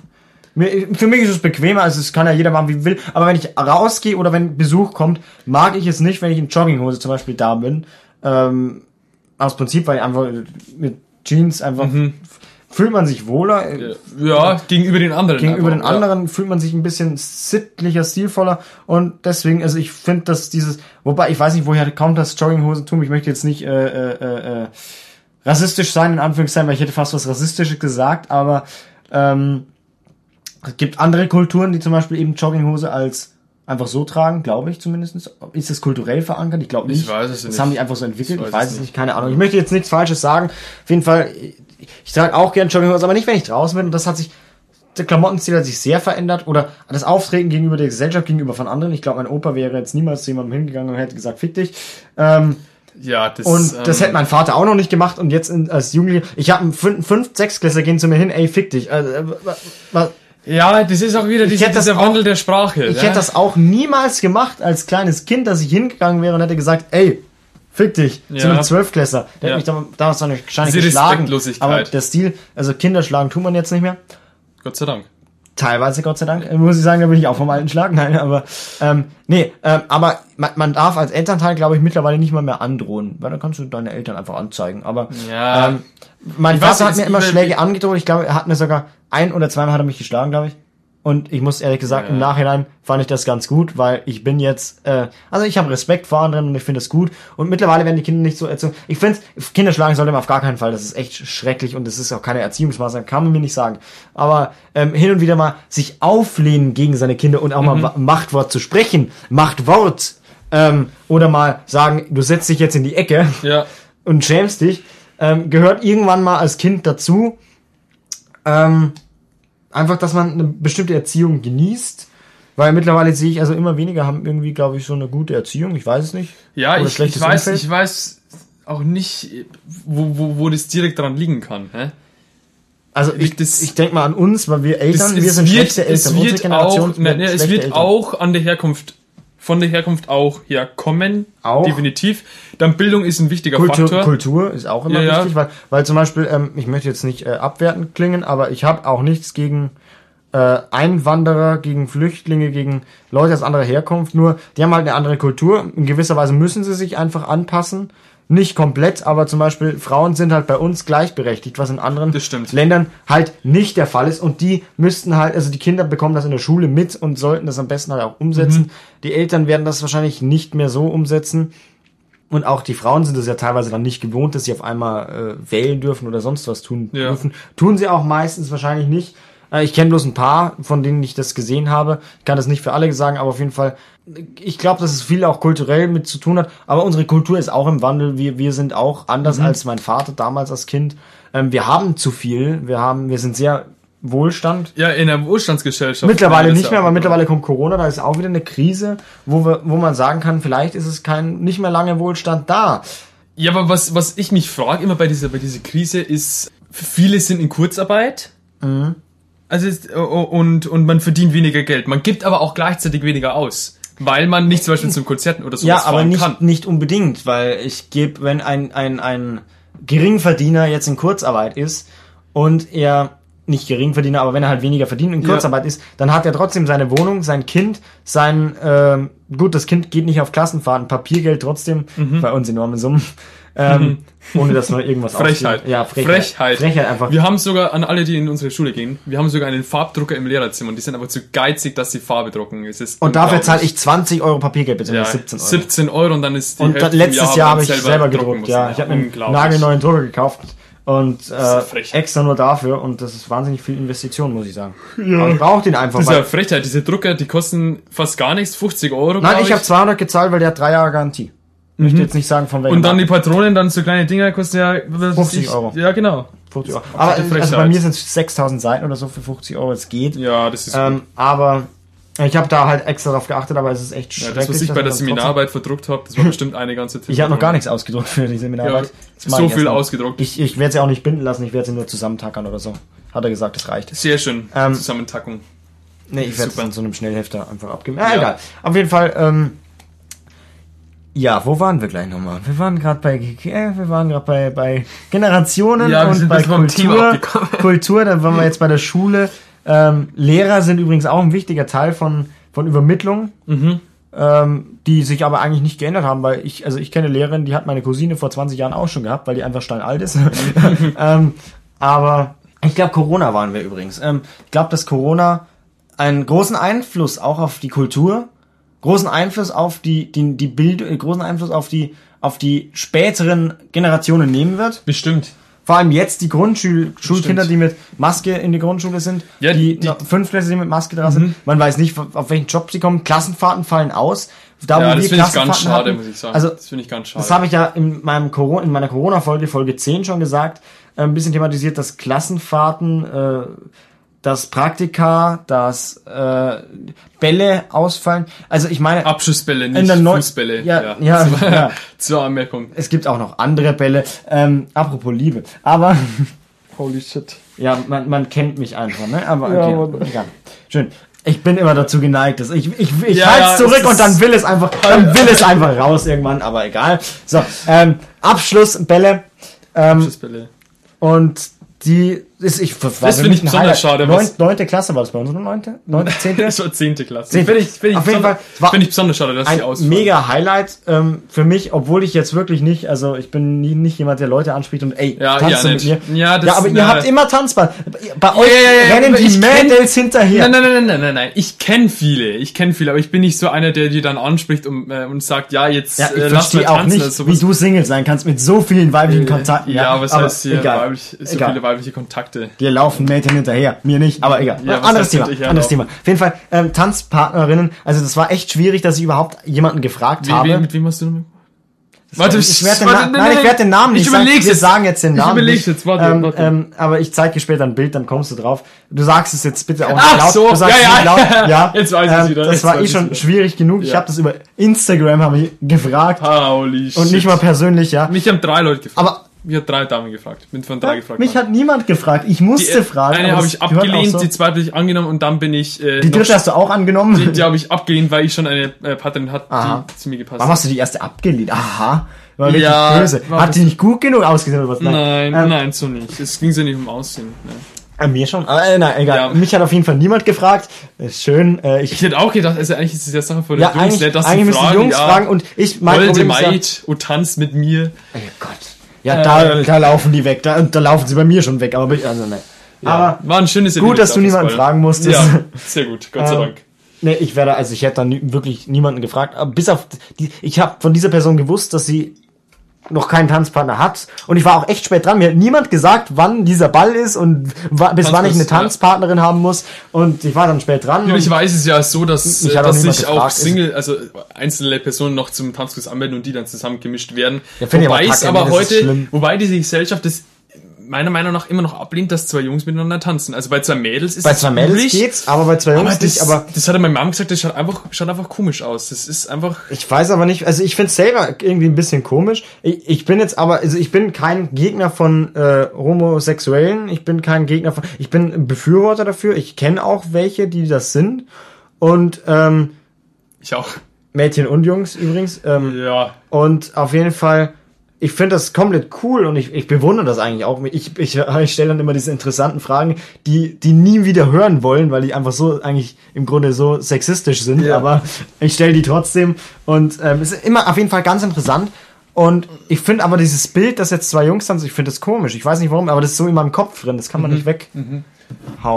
[SPEAKER 1] Mir, für mich ist es bequemer, also es kann ja jeder machen, wie will. Aber wenn ich rausgehe oder wenn Besuch kommt, mag ich es nicht, wenn ich in Jogginghose zum Beispiel da bin. Ähm, aus Prinzip, weil einfach mit Jeans einfach fühlt man sich wohler. äh,
[SPEAKER 2] Mhm. Ja, gegenüber den anderen.
[SPEAKER 1] Gegenüber
[SPEAKER 2] einfach,
[SPEAKER 1] den anderen fühlt man sich ein bisschen sittlicher, stilvoller und deswegen, also ich finde, dass dieses, wobei ich weiß nicht, woher kommt das Jogginghosentum, ich möchte jetzt nicht äh, äh, äh, äh, rassistisch sein, in Anführungszeichen, weil ich hätte fast was Rassistisches gesagt, aber ähm, es gibt andere Kulturen, die zum Beispiel eben Jogginghose als einfach so tragen, glaube ich zumindest. Ist das kulturell verankert? Ich glaube nicht.
[SPEAKER 2] weiß es
[SPEAKER 1] das
[SPEAKER 2] nicht.
[SPEAKER 1] haben die einfach so entwickelt.
[SPEAKER 2] Ich
[SPEAKER 1] Ich
[SPEAKER 2] weiß
[SPEAKER 1] weiß,
[SPEAKER 2] es
[SPEAKER 1] es
[SPEAKER 2] nicht.
[SPEAKER 1] nicht, keine Ahnung. Ich möchte jetzt nichts Falsches sagen. Auf jeden Fall, ich, ich trage auch gern Jogginghose, aber nicht, wenn ich draußen bin. Und das hat sich, der Klamottenstil hat sich sehr verändert oder das Auftreten gegenüber der Gesellschaft, gegenüber von anderen. Ich glaube, mein Opa wäre jetzt niemals zu jemandem hingegangen und hätte gesagt, fick dich. Ähm,
[SPEAKER 2] Ja, Ja, das,
[SPEAKER 1] und das
[SPEAKER 2] ähm,
[SPEAKER 1] hätte mein Vater auch noch nicht gemacht und jetzt in, als Jugendlicher, ich habe einen fünf, fünf Sechsklässler gehen zu mir hin, ey, fick dich. Also, äh, wa- wa-
[SPEAKER 2] Ja, das ist auch wieder diese,
[SPEAKER 1] hätte das
[SPEAKER 2] dieser
[SPEAKER 1] auch-
[SPEAKER 2] Wandel der Sprache.
[SPEAKER 1] Ich hätte das auch niemals gemacht als kleines Kind, dass ich hingegangen wäre und hätte gesagt, ey, fick dich, zu
[SPEAKER 2] Ja.
[SPEAKER 1] einem Zwölfklässer. Der
[SPEAKER 2] Ja.
[SPEAKER 1] hat mich dam- damals noch nicht wahrscheinlich
[SPEAKER 2] Diese
[SPEAKER 1] geschlagen.
[SPEAKER 2] Respektlosigkeit.
[SPEAKER 1] Aber der Stil, also Kinder schlagen tut man jetzt nicht mehr.
[SPEAKER 2] Gott sei Dank.
[SPEAKER 1] Teilweise, Gott sei Dank, äh, muss ich sagen, da bin ich auch vom alten Schlag. Nein, aber ähm, nee, ähm, aber man, man darf als Elternteil, glaube ich, mittlerweile nicht mal mehr androhen, weil da kannst du deine Eltern einfach anzeigen. Aber
[SPEAKER 2] Ja.
[SPEAKER 1] ähm, mein
[SPEAKER 2] Ich weiß
[SPEAKER 1] Vater
[SPEAKER 2] nicht,
[SPEAKER 1] hat
[SPEAKER 2] es
[SPEAKER 1] mir immer
[SPEAKER 2] gibt-
[SPEAKER 1] Schläge angedroht. Ich glaube, er hat mir sogar ein oder zweimal hat er mich geschlagen, glaube ich. Und ich muss ehrlich gesagt, im
[SPEAKER 2] Ja.
[SPEAKER 1] Nachhinein fand ich das ganz gut, weil ich bin jetzt, äh, also ich habe Respekt vor anderen und ich finde es gut. Und mittlerweile werden die Kinder nicht so erzogen. Ich finde, Kinder schlagen sollte man auf gar keinen Fall. Das ist echt schrecklich und das ist auch keine Erziehungsmaßnahme, kann man mir nicht sagen. Aber ähm, hin und wieder mal sich auflehnen gegen seine Kinder und auch
[SPEAKER 2] Mhm.
[SPEAKER 1] mal Wa- Machtwort zu sprechen, Machtwort. Ähm, oder mal sagen, du setzt dich jetzt in die Ecke
[SPEAKER 2] Ja.
[SPEAKER 1] und schämst dich, ähm, gehört irgendwann mal als Kind dazu. Ähm, einfach, dass man eine bestimmte Erziehung genießt. Weil mittlerweile sehe ich, also immer weniger haben irgendwie, glaube ich, so eine gute Erziehung. Ich weiß es nicht.
[SPEAKER 2] Ja,
[SPEAKER 1] Oder
[SPEAKER 2] ich, ich
[SPEAKER 1] schlechtes
[SPEAKER 2] weiß,
[SPEAKER 1] Umfeld.
[SPEAKER 2] ich weiß auch nicht, wo, wo, wo das direkt dran liegen kann. Ne?
[SPEAKER 1] Also ich,
[SPEAKER 2] das-
[SPEAKER 1] ich denke mal an uns, weil wir Eltern,
[SPEAKER 2] Es-
[SPEAKER 1] wir
[SPEAKER 2] es
[SPEAKER 1] sind
[SPEAKER 2] wird-
[SPEAKER 1] schlechte Eltern.
[SPEAKER 2] Es wird, auch, ne, ne, es
[SPEAKER 1] schlechte
[SPEAKER 2] wird
[SPEAKER 1] Eltern.
[SPEAKER 2] auch an der Herkunft, von der Herkunft auch herkommen.
[SPEAKER 1] Auch?
[SPEAKER 2] Definitiv. Dann Bildung ist ein wichtiger
[SPEAKER 1] Kultur,
[SPEAKER 2] Faktor.
[SPEAKER 1] Kultur ist auch immer
[SPEAKER 2] Ja, ja.
[SPEAKER 1] wichtig, weil, weil zum Beispiel, ähm, ich möchte jetzt nicht äh, abwertend klingen, aber ich habe auch nichts gegen äh, Einwanderer, gegen Flüchtlinge, gegen Leute aus anderer Herkunft, nur die haben halt eine andere Kultur. In gewisser Weise müssen sie sich einfach anpassen. Nicht komplett, aber zum Beispiel Frauen sind halt bei uns gleichberechtigt, was in anderen
[SPEAKER 2] Das stimmt.
[SPEAKER 1] Ländern halt nicht der Fall ist. Und die müssten halt, also die Kinder bekommen das in der Schule mit und sollten das am besten halt auch umsetzen.
[SPEAKER 2] Mhm.
[SPEAKER 1] Die Eltern werden das wahrscheinlich nicht mehr so umsetzen. Und auch die Frauen sind es ja teilweise dann nicht gewohnt, dass sie auf einmal äh, wählen dürfen oder sonst was tun
[SPEAKER 2] Ja.
[SPEAKER 1] dürfen. Tun sie auch meistens wahrscheinlich nicht. Äh, ich kenne bloß ein paar, von denen ich das gesehen habe. Ich kann das nicht für alle sagen, aber auf jeden Fall, ich glaube, dass es viel auch kulturell mit zu tun hat. Aber unsere Kultur ist auch im Wandel. Wir, wir sind auch
[SPEAKER 2] Mhm.
[SPEAKER 1] anders als mein Vater damals als Kind. Ähm, wir haben zu viel. Wir haben, wir sind sehr Wohlstand.
[SPEAKER 2] Ja, in der Wohlstandsgesellschaft.
[SPEAKER 1] Mittlerweile
[SPEAKER 2] Das
[SPEAKER 1] nicht
[SPEAKER 2] ist
[SPEAKER 1] mehr,
[SPEAKER 2] auch-
[SPEAKER 1] weil mittlerweile kommt Corona, da ist auch wieder eine Krise, wo, wir, wo man sagen kann, vielleicht ist es kein, nicht mehr lange Wohlstand da.
[SPEAKER 2] Ja, aber was, was ich mich frage immer bei dieser, bei dieser Krise ist, viele sind in Kurzarbeit.
[SPEAKER 1] Mhm.
[SPEAKER 2] Also ist, und, und man verdient weniger Geld. Man gibt aber auch gleichzeitig weniger aus. Weil man nicht zum Beispiel zum Konzerten oder sowas
[SPEAKER 1] Ja, aber
[SPEAKER 2] fahren
[SPEAKER 1] nicht,
[SPEAKER 2] kann.
[SPEAKER 1] nicht unbedingt, weil ich gebe, wenn ein, ein, ein Geringverdiener jetzt in Kurzarbeit ist und er nicht Geringverdiener, aber wenn er halt weniger verdient und in
[SPEAKER 2] Ja.
[SPEAKER 1] Kurzarbeit ist, dann hat er trotzdem seine Wohnung, sein Kind, sein, ähm, gut, das Kind geht nicht auf Klassenfahrten, Papiergeld trotzdem,
[SPEAKER 2] Mhm.
[SPEAKER 1] bei uns enorme Summen, ähm, ohne dass man irgendwas
[SPEAKER 2] Frechheit.
[SPEAKER 1] ausgibt. Ja, Frechheit.
[SPEAKER 2] Frechheit.
[SPEAKER 1] Frechheit einfach.
[SPEAKER 2] Wir haben sogar, an alle, die in unsere Schule gehen, wir haben sogar einen Farbdrucker im Lehrerzimmer und die sind aber zu geizig, dass sie Farbe drucken. Es ist
[SPEAKER 1] Und dafür
[SPEAKER 2] unglaublich.
[SPEAKER 1] zahle ich 20 Euro Papiergeld,
[SPEAKER 2] ja,
[SPEAKER 1] beziehungsweise 17 Euro.
[SPEAKER 2] 17 Euro und dann ist die
[SPEAKER 1] Und dann
[SPEAKER 2] Hälfte im
[SPEAKER 1] letztes Jahr habe
[SPEAKER 2] wo
[SPEAKER 1] ich
[SPEAKER 2] man
[SPEAKER 1] selber,
[SPEAKER 2] drucken
[SPEAKER 1] gedruckt,
[SPEAKER 2] muss.
[SPEAKER 1] ja. Ich habe einen
[SPEAKER 2] Unglaublich.
[SPEAKER 1] nagelneuen Drucker gekauft und äh,
[SPEAKER 2] ist frech.
[SPEAKER 1] extra nur dafür und das ist wahnsinnig viel Investition, muss ich sagen. Aber ich brauche den einfach.
[SPEAKER 2] Das ist ja
[SPEAKER 1] Weil,
[SPEAKER 2] Frechheit. Diese Drucker, die kosten fast gar nichts, 50 Euro.
[SPEAKER 1] nein,
[SPEAKER 2] glaub
[SPEAKER 1] ich habe 200 gezahlt, weil der hat drei Jahre Garantie. Ich möchte jetzt nicht sagen, von welchem.
[SPEAKER 2] Mhm. Und dann die Patronen, dann so kleine Dinger, kosten ja was weiß
[SPEAKER 1] 50
[SPEAKER 2] ich.
[SPEAKER 1] Euro.
[SPEAKER 2] Ja, genau.
[SPEAKER 1] Euro. Aber
[SPEAKER 2] absolute
[SPEAKER 1] also bei
[SPEAKER 2] Frechheit.
[SPEAKER 1] mir sind es 6000 Seiten oder so für 50 Euro, es geht.
[SPEAKER 2] Ja, das ist gut.
[SPEAKER 1] Ähm, aber ich habe da halt extra drauf geachtet, aber es ist echt
[SPEAKER 2] ja,
[SPEAKER 1] schrecklich.
[SPEAKER 2] das, was ich
[SPEAKER 1] dass man
[SPEAKER 2] bei der
[SPEAKER 1] das trotzdem-
[SPEAKER 2] Seminararbeit verdruckt habe, das war bestimmt eine ganze Titel.
[SPEAKER 1] Ich habe noch gar nichts ausgedruckt für die Seminararbeit.
[SPEAKER 2] Ja,
[SPEAKER 1] Das mach
[SPEAKER 2] so
[SPEAKER 1] ich
[SPEAKER 2] viel
[SPEAKER 1] erst mal.
[SPEAKER 2] ausgedruckt.
[SPEAKER 1] Ich, ich werde sie auch nicht binden lassen, ich werde sie nur zusammentackern oder so. Hat er gesagt, das reicht.
[SPEAKER 2] Sehr schön.
[SPEAKER 1] Ähm,
[SPEAKER 2] Zusammentackung.
[SPEAKER 1] Nee, ich werde
[SPEAKER 2] Super.
[SPEAKER 1] in so einem Schnellhefter einfach abgeben. Ah,
[SPEAKER 2] Ja.
[SPEAKER 1] egal. Auf jeden Fall, ähm, ja, wo waren wir gleich nochmal? Wir waren gerade bei, äh, wir waren gerade bei, bei Generationen
[SPEAKER 2] Ja, wir
[SPEAKER 1] und
[SPEAKER 2] sind
[SPEAKER 1] bei
[SPEAKER 2] jetzt vom Thema
[SPEAKER 1] Kultur,
[SPEAKER 2] abgekommen.
[SPEAKER 1] Kultur, dann waren wir jetzt bei der Schule. Ähm, Lehrer sind übrigens auch ein wichtiger Teil von, von Übermittlung,
[SPEAKER 2] Mhm.
[SPEAKER 1] ähm, die sich aber eigentlich nicht geändert haben, weil ich, also ich kenne Lehrerin, die hat meine Cousine vor 20 Jahren auch schon gehabt, weil die einfach steinalt ist. ähm, aber ich glaube, Corona waren wir übrigens. Ähm, ich glaube, dass Corona einen großen Einfluss auch auf die Kultur, großen Einfluss auf die, die, die Bild, äh, großen Einfluss auf die, auf die späteren Generationen nehmen wird.
[SPEAKER 2] Bestimmt.
[SPEAKER 1] Vor allem jetzt die Grundschul Schulkinder,
[SPEAKER 2] Stimmt.
[SPEAKER 1] die mit Maske in die Grundschule sind,
[SPEAKER 2] Ja,
[SPEAKER 1] die,
[SPEAKER 2] die- Mhm.
[SPEAKER 1] die Fünftklässler, die mit Maske da sind. Man weiß nicht, auf welchen Job sie kommen. Klassenfahrten fallen aus. Da,
[SPEAKER 2] Ja,
[SPEAKER 1] wo
[SPEAKER 2] das
[SPEAKER 1] wir
[SPEAKER 2] finde ich ganz
[SPEAKER 1] Klassenfahrten
[SPEAKER 2] schade,
[SPEAKER 1] hatten-
[SPEAKER 2] muss ich sagen.
[SPEAKER 1] Also
[SPEAKER 2] das finde ich ganz schade.
[SPEAKER 1] das habe ich ja in, meinem Corona, in meiner Corona-Folge, Folge 10 schon gesagt, äh, ein bisschen thematisiert, dass Klassenfahrten, äh, dass Praktika, dass äh, Bälle ausfallen. Also ich meine,
[SPEAKER 2] Abschussbälle, nicht
[SPEAKER 1] der Neu-
[SPEAKER 2] Fußbälle.
[SPEAKER 1] Ja, ja,
[SPEAKER 2] Zur-
[SPEAKER 1] ja. Ähm,
[SPEAKER 2] Zur Anmerkung.
[SPEAKER 1] es gibt auch noch andere Bälle. Ähm, apropos Liebe. Aber
[SPEAKER 2] Holy shit.
[SPEAKER 1] ja, man, man kennt mich einfach, ne? Aber okay, egal. Schön. Ich bin immer dazu geneigt, dass ich ich, ich
[SPEAKER 2] Ja,
[SPEAKER 1] halte
[SPEAKER 2] ja,
[SPEAKER 1] es zurück
[SPEAKER 2] es
[SPEAKER 1] und dann
[SPEAKER 2] ist-
[SPEAKER 1] will es einfach, dann will es einfach raus irgendwann, aber egal. So, ähm, Abschluss, Bälle. Ähm,
[SPEAKER 2] Abschussbälle.
[SPEAKER 1] Und die ist, ich, war
[SPEAKER 2] Das
[SPEAKER 1] für
[SPEAKER 2] finde
[SPEAKER 1] mich
[SPEAKER 2] ich
[SPEAKER 1] ein
[SPEAKER 2] besonders
[SPEAKER 1] Highlight.
[SPEAKER 2] schade, was-
[SPEAKER 1] Neun, neunte Klasse war das bei uns, oder? Neunte? Neunte, zehnte?
[SPEAKER 2] so zehnte Klasse.
[SPEAKER 1] Zehnte.
[SPEAKER 2] Finde ich, find ich,
[SPEAKER 1] Auf jeden
[SPEAKER 2] besonders-
[SPEAKER 1] Fall war
[SPEAKER 2] find ich besonders schade, dass
[SPEAKER 1] ein
[SPEAKER 2] die ausfallen.
[SPEAKER 1] mega Highlight ähm, für mich, obwohl ich jetzt wirklich nicht, also ich bin nie, nicht jemand, der Leute anspricht und ey,
[SPEAKER 2] Ja,
[SPEAKER 1] tanzt
[SPEAKER 2] ja,
[SPEAKER 1] du mit mir.
[SPEAKER 2] nicht. Ja, das-
[SPEAKER 1] ja aber ihr
[SPEAKER 2] na.
[SPEAKER 1] habt immer Tanzball. Bei euch
[SPEAKER 2] ja, ja, ja,
[SPEAKER 1] rennen
[SPEAKER 2] aber
[SPEAKER 1] die
[SPEAKER 2] ich kenn-
[SPEAKER 1] Mädels hinterher.
[SPEAKER 2] Nein, nein, nein, nein, nein, nein, nein. Ich kenne viele, ich kenne viele, aber ich bin nicht so einer, der die dann anspricht und, äh, und sagt, ja, jetzt
[SPEAKER 1] ja, ich
[SPEAKER 2] äh, lass mal
[SPEAKER 1] verstehe auch
[SPEAKER 2] tanzen oder
[SPEAKER 1] nicht, wie
[SPEAKER 2] sowas.
[SPEAKER 1] du Single sein kannst mit so vielen weiblichen Kontakten.
[SPEAKER 2] Ja, was heißt hier
[SPEAKER 1] egal.
[SPEAKER 2] weiblich, so
[SPEAKER 1] egal.
[SPEAKER 2] viele weibliche Kontakte?
[SPEAKER 1] Dir laufen Mädchen hinterher, mir nicht, aber egal.
[SPEAKER 2] Ja, genau. was
[SPEAKER 1] anderes
[SPEAKER 2] heißt mit
[SPEAKER 1] Thema,
[SPEAKER 2] ich
[SPEAKER 1] anderes Thema.
[SPEAKER 2] herlaufen?
[SPEAKER 1] Auf jeden Fall, ähm, Tanzpartnerinnen, also das war echt schwierig, dass ich überhaupt jemanden gefragt
[SPEAKER 2] Wie,
[SPEAKER 1] habe.
[SPEAKER 2] wie, mit wem hast du nochmal? Warte,
[SPEAKER 1] Also, Ich werde den,
[SPEAKER 2] warte,
[SPEAKER 1] Na
[SPEAKER 2] nein,
[SPEAKER 1] nein, ich
[SPEAKER 2] nein,
[SPEAKER 1] werd den Namen nicht
[SPEAKER 2] Ich
[SPEAKER 1] sagen.
[SPEAKER 2] überleg's
[SPEAKER 1] Wir
[SPEAKER 2] jetzt.
[SPEAKER 1] sagen jetzt den
[SPEAKER 2] Ich
[SPEAKER 1] Namen.
[SPEAKER 2] überleg's
[SPEAKER 1] nicht.
[SPEAKER 2] jetzt, warte,
[SPEAKER 1] ähm,
[SPEAKER 2] warte.
[SPEAKER 1] Ähm, aber ich zeige dir später ein Bild, dann kommst du drauf. Du sagst es jetzt bitte auch nicht
[SPEAKER 2] Ach
[SPEAKER 1] laut.
[SPEAKER 2] so,
[SPEAKER 1] du sagst
[SPEAKER 2] ja,
[SPEAKER 1] es nicht
[SPEAKER 2] ja.
[SPEAKER 1] laut. Ja,
[SPEAKER 2] Jetzt weiß ich's
[SPEAKER 1] ähm,
[SPEAKER 2] wieder,
[SPEAKER 1] Das
[SPEAKER 2] jetzt
[SPEAKER 1] war
[SPEAKER 2] weiß
[SPEAKER 1] eh
[SPEAKER 2] ich's
[SPEAKER 1] schon
[SPEAKER 2] wieder.
[SPEAKER 1] schwierig genug. Ich
[SPEAKER 2] Ja.
[SPEAKER 1] habe das über Instagram habe ich gefragt
[SPEAKER 2] Holy
[SPEAKER 1] und
[SPEAKER 2] shit.
[SPEAKER 1] nicht mal persönlich, ja.
[SPEAKER 2] Mich haben drei Leute gefragt.
[SPEAKER 1] Aber-
[SPEAKER 2] Mich hat drei Damen gefragt. Bin von drei gefragt.
[SPEAKER 1] Mich
[SPEAKER 2] worden.
[SPEAKER 1] hat niemand gefragt. Ich
[SPEAKER 2] Die-
[SPEAKER 1] musste fragen.
[SPEAKER 2] Eine
[SPEAKER 1] aber
[SPEAKER 2] habe
[SPEAKER 1] das
[SPEAKER 2] ich
[SPEAKER 1] gehört auch
[SPEAKER 2] abgelehnt,
[SPEAKER 1] so.
[SPEAKER 2] die zweite habe ich angenommen und dann bin ich. Äh,
[SPEAKER 1] Die
[SPEAKER 2] noch-
[SPEAKER 1] dritte hast du auch angenommen.
[SPEAKER 2] die, die habe ich abgelehnt, weil ich schon eine äh, Partnerin hatte,
[SPEAKER 1] Aha.
[SPEAKER 2] die zu mir gepasst
[SPEAKER 1] Warum
[SPEAKER 2] hat.
[SPEAKER 1] hast du die erste abgelehnt? Aha. War wirklich
[SPEAKER 2] Ja,
[SPEAKER 1] böse.
[SPEAKER 2] war
[SPEAKER 1] Hat die
[SPEAKER 2] das-
[SPEAKER 1] nicht gut genug ausgesehen oder was?
[SPEAKER 2] Nein,
[SPEAKER 1] Ähm,
[SPEAKER 2] nein, so nicht. Es ging so nicht um Aussehen. Ne.
[SPEAKER 1] Äh, mir schon? Aber, äh, nein, egal.
[SPEAKER 2] Ja.
[SPEAKER 1] Mich hat auf jeden Fall niemand gefragt. Ist schön. Äh, ich,
[SPEAKER 2] Ich hätte auch gedacht, also eigentlich ist es ja Sache von
[SPEAKER 1] ja,
[SPEAKER 2] den Jungs, ne,
[SPEAKER 1] eigentlich,
[SPEAKER 2] dass sie
[SPEAKER 1] eigentlich müssen die Jungs
[SPEAKER 2] ja,
[SPEAKER 1] fragen und ich, mein
[SPEAKER 2] wollte
[SPEAKER 1] Problem ist ja,
[SPEAKER 2] Maid, oh, tanz mit mir.
[SPEAKER 1] oh Gott. Ja,
[SPEAKER 2] Äh.
[SPEAKER 1] da, da laufen die weg. Da, da laufen sie bei mir schon weg. Aber ich, also, ne. Aber
[SPEAKER 2] War ein schönes
[SPEAKER 1] gut, dass du niemanden fragen musstest.
[SPEAKER 2] Ja, sehr gut, Gott sei
[SPEAKER 1] Ähm,
[SPEAKER 2] Dank.
[SPEAKER 1] Nee, ich werde, also ich hätte dann nie- wirklich niemanden gefragt, aber bis auf die, ich habe von dieser Person gewusst, dass sie noch keinen Tanzpartner hat und ich war auch echt spät dran. Mir hat niemand gesagt, wann dieser Ball ist und wa- bis wann ich eine
[SPEAKER 2] Tanzkurs, ja.
[SPEAKER 1] Tanzpartnerin haben muss und ich war dann spät dran.
[SPEAKER 2] Ich
[SPEAKER 1] und-
[SPEAKER 2] weiß es ja so, dass,
[SPEAKER 1] Mich
[SPEAKER 2] äh,
[SPEAKER 1] hat auch
[SPEAKER 2] dass
[SPEAKER 1] niemand
[SPEAKER 2] sich auch
[SPEAKER 1] gefragt, ist-
[SPEAKER 2] Single, also einzelne Personen noch zum Tanzkurs anmelden und die dann zusammengemischt werden.
[SPEAKER 1] Ja, find ich
[SPEAKER 2] wobei
[SPEAKER 1] aber
[SPEAKER 2] es
[SPEAKER 1] kacke,
[SPEAKER 2] aber
[SPEAKER 1] das ist schlimm.
[SPEAKER 2] heute, wobei diese Gesellschaft das meiner Meinung nach immer noch ablehnt, dass zwei Jungs miteinander tanzen. Also bei zwei Mädels ist
[SPEAKER 1] bei
[SPEAKER 2] es
[SPEAKER 1] zwei Mädels
[SPEAKER 2] üblich,
[SPEAKER 1] geht's, aber bei zwei Jungs nicht,
[SPEAKER 2] aber das,
[SPEAKER 1] aber
[SPEAKER 2] das hat meine Mom gesagt, das schaut einfach, schaut einfach komisch aus. Das ist einfach
[SPEAKER 1] Ich weiß aber nicht, also ich finde es selber irgendwie ein bisschen komisch. Ich, ich bin jetzt aber, also ich bin kein Gegner von äh, Homosexuellen, ich bin kein Gegner von, ich bin ein Befürworter dafür, ich kenne auch welche, die das sind. Und ähm,
[SPEAKER 2] ich auch.
[SPEAKER 1] Mädchen und Jungs übrigens. Ähm,
[SPEAKER 2] Ja,
[SPEAKER 1] und auf jeden Fall, ich finde das komplett cool und ich, ich bewundere das eigentlich auch. Ich, ich, ich stelle dann immer diese interessanten Fragen, die, die nie wieder hören wollen, weil die einfach so eigentlich im Grunde so sexistisch sind,
[SPEAKER 2] Ja.
[SPEAKER 1] aber ich stelle die trotzdem und ähm, es ist immer auf jeden Fall ganz interessant. Und ich finde aber dieses Bild, dass jetzt zwei Jungs tanzen, ich finde das komisch. Ich weiß nicht warum, aber das ist so in meinem Kopf drin. Das kann man nicht weghauen. Ja,